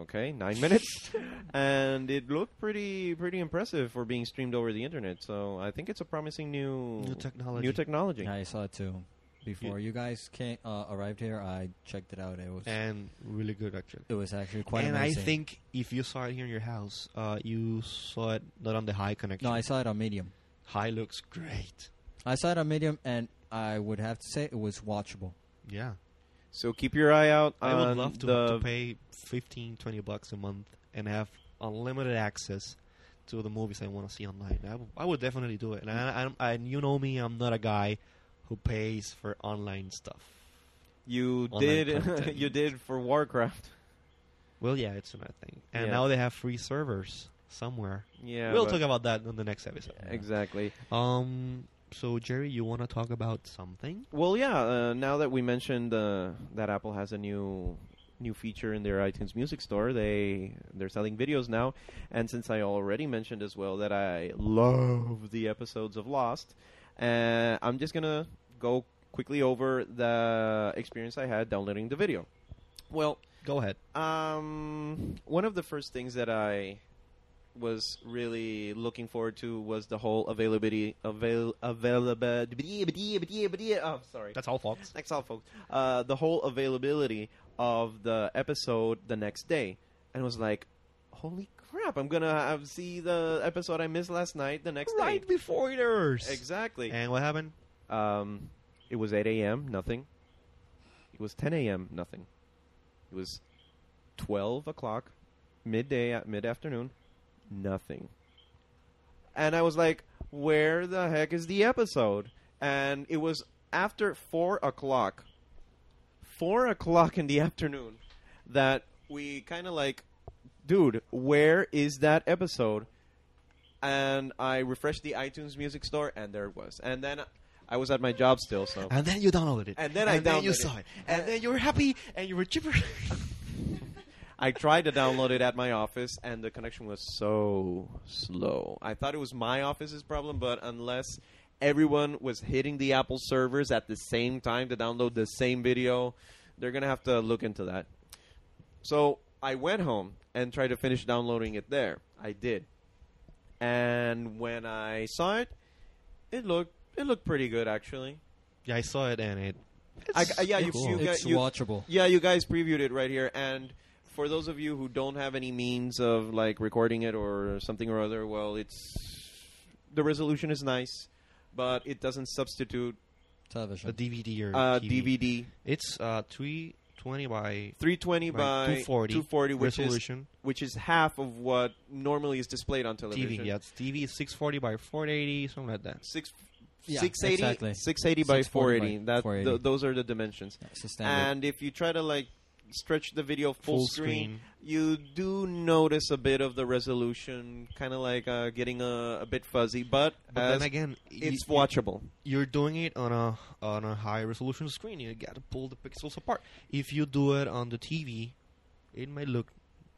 S2: Okay, nine minutes, and it looked pretty pretty impressive for being streamed over the internet. So I think it's a promising new
S1: New technology.
S2: New technology.
S3: Yeah, I saw it too. Before you, guys came, uh, arrived here, I checked it out. It was
S1: And really good, actually.
S3: it was actually quite
S1: and
S3: amazing.
S1: I think if you saw it here in your house, uh, you saw it not on the high connection.
S3: no, I saw it on Medium.
S1: high looks great.
S3: I saw it on Medium, and I would have to say it was watchable.
S1: Yeah.
S2: So keep your eye out.
S1: I would
S2: on
S1: love to,
S2: the
S1: to pay 15, 20 bucks a month and have unlimited access to the movies I want to see online. I, w- I would definitely do it. And I, I, I, you know me, I'm not a guy who pays for online stuff.
S2: you
S1: online
S2: did
S1: content.
S2: you did for Warcraft.
S1: Well, yeah, it's another thing. And
S2: Yeah.
S1: now they have free servers somewhere.
S2: Yeah,
S1: we'll
S2: but-
S1: talk about that on the next episode.
S2: exactly.
S1: Um. So, Jerry, you want to talk about something?
S2: Well, yeah. Uh, now that we mentioned uh, that Apple has a new new feature in their iTunes Music Store, they they're selling videos now. And since I already mentioned as well that I love the episodes of Lost, uh, I'm just gonna go quickly over the experience I had downloading the video. Well,
S1: Go ahead.
S2: um, one of the first things that I was really looking forward to was the whole availability avail availability. Oh, sorry.
S1: That's all, folks.
S2: Next all, folks. Uh, the whole availability of the episode the next day, and was like, "Holy crap! I'm gonna have, see the episode I missed last night the next
S1: Right
S2: day."
S1: before it airs.
S2: Exactly.
S1: And what happened?
S2: Um, it was 8 a.m. Nothing. It was 10 a.m. Nothing. It was 12 o'clock, midday, uh, mid afternoon. Nothing. And I was like, "Where the heck is the episode?" And it was after four o'clock, four o'clock in the afternoon, that we kind of like, dude, where is that episode? And I refreshed the iTunes Music Store, and there it was. And then I was at my job still, so
S1: And then you downloaded it.
S2: Oh. And then I
S1: then you
S2: downloaded
S1: saw
S2: it.
S1: it. And then you were happy and you were chipper.
S2: I tried to download it at my office, and the connection was so slow. I thought it was my office's problem, but unless everyone was hitting the Apple servers at the same time to download the same video, they're going to have to look into that. So I went home and tried to finish downloading it there. I did. And when I saw it, it looked it looked pretty good actually.
S1: yeah, I saw it and it.
S2: I, I- yeah, you,
S1: Cool.
S2: you, got-
S3: It's
S2: you,
S3: watchable.
S2: yeah, you guys previewed it right here. And for those of you who don't have any means of like recording it or something or other, well, it's the resolution is nice, but it doesn't substitute
S1: A
S3: Television.
S1: DVD or
S2: uh,
S1: TV.
S2: DVD.
S1: It's uh, 320 by
S2: 320 by
S1: 240,
S2: 240, which is
S1: resolution.
S2: which is half of what normally is displayed on television.
S1: TV, yeah. It's TV is 640 by 480, something like that.
S2: Six.
S3: Yeah,
S2: 680,
S3: exactly.
S2: 680 by
S3: 640 by
S2: 480. That
S3: 480.
S2: th- those are the dimensions.
S3: That's the standard.
S2: And if you try to like stretch the video full,
S1: Full screen.
S2: screen, you do notice a bit of the resolution, kind of like uh, getting a, a bit fuzzy. But,
S1: But
S2: as
S1: then again,
S2: it's
S1: you,
S2: watchable.
S1: you're doing it on a on a high resolution screen. You got to pull the pixels apart. If you do it on the TV, it might look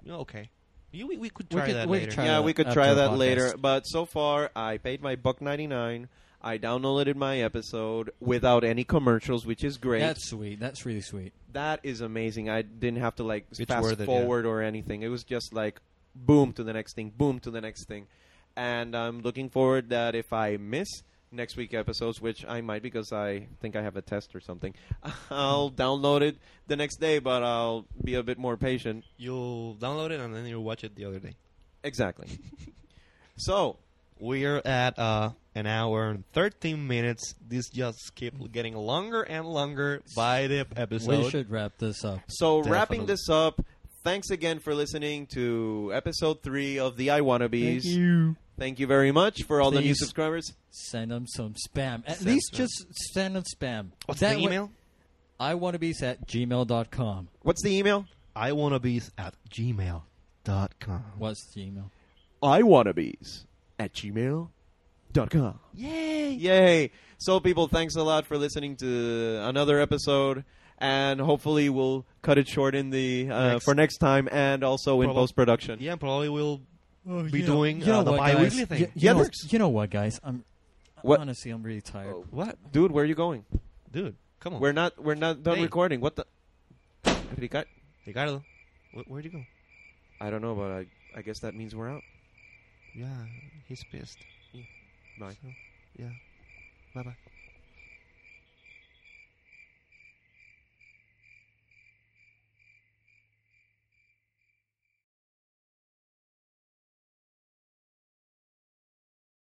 S1: you know, okay. You, we, we could
S3: We
S1: try
S3: could-
S1: that
S3: we could
S1: later.
S3: try
S2: yeah,
S3: that
S2: we could
S3: after
S2: try
S3: the
S2: that
S3: podcast.
S2: later. But so far, I paid my buck ninety nine. I downloaded my episode without any commercials, which is great.
S3: That's sweet. That's really sweet.
S2: that is amazing. I didn't have to like
S1: It's
S2: fast
S1: worth it, yeah.
S2: forward or anything. It was just like boom to the next thing, boom to the next thing. And I'm looking forward that if I miss next week episodes, which I might because I think I have a test or something. I'll download it the next day, but I'll be a bit more patient.
S1: You'll download it and then you'll watch it the other day.
S2: Exactly. so,
S1: We're at uh, an hour and 13 minutes. This just keeps getting longer and longer by the episode.
S3: we should wrap this up.
S2: so wrapping
S1: Definitely.
S2: this up. Thanks again for listening to episode three of the I Wannabes.
S3: Thank you.
S2: Thank you very much for all the new
S3: Please.
S2: subscribers.
S3: Send them some spam. At
S1: Send
S3: least
S1: spam.
S3: just send them spam.
S1: What's
S3: that
S1: the
S3: way-
S1: email?
S3: I want to be at gmail.com.
S2: What's the email?
S1: I wanna be at gmail.com.
S3: What's Gmail?
S2: I wannabes at gmail.com.
S1: Yay!
S2: Yay! So, people, thanks a lot for listening to another episode, and hopefully we'll cut it short in the uh,
S1: Next.
S2: for next time, and also in
S1: Probab-
S2: post production.
S1: Yeah, probably we'll be
S3: you know-
S1: doing
S3: Oh, you know
S1: uh, the
S3: what,
S1: bi weekly
S3: guys?
S1: thing.
S3: You, you
S2: Yeah,
S3: know,
S2: works.
S3: you know what, guys? I'm
S2: What?
S3: honestly, I'm really tired.
S2: Oh.
S1: What?
S2: Dude, where are you going?
S1: Dude, come on.
S2: We're not we're not done
S1: Hey.
S2: recording. What the? Ricardo?
S1: Ricardo, wh- where'd you go?
S2: I don't know, but I I guess that means we're out.
S1: Yeah, he's pissed.
S2: Bye.
S1: So, yeah. Bye bye.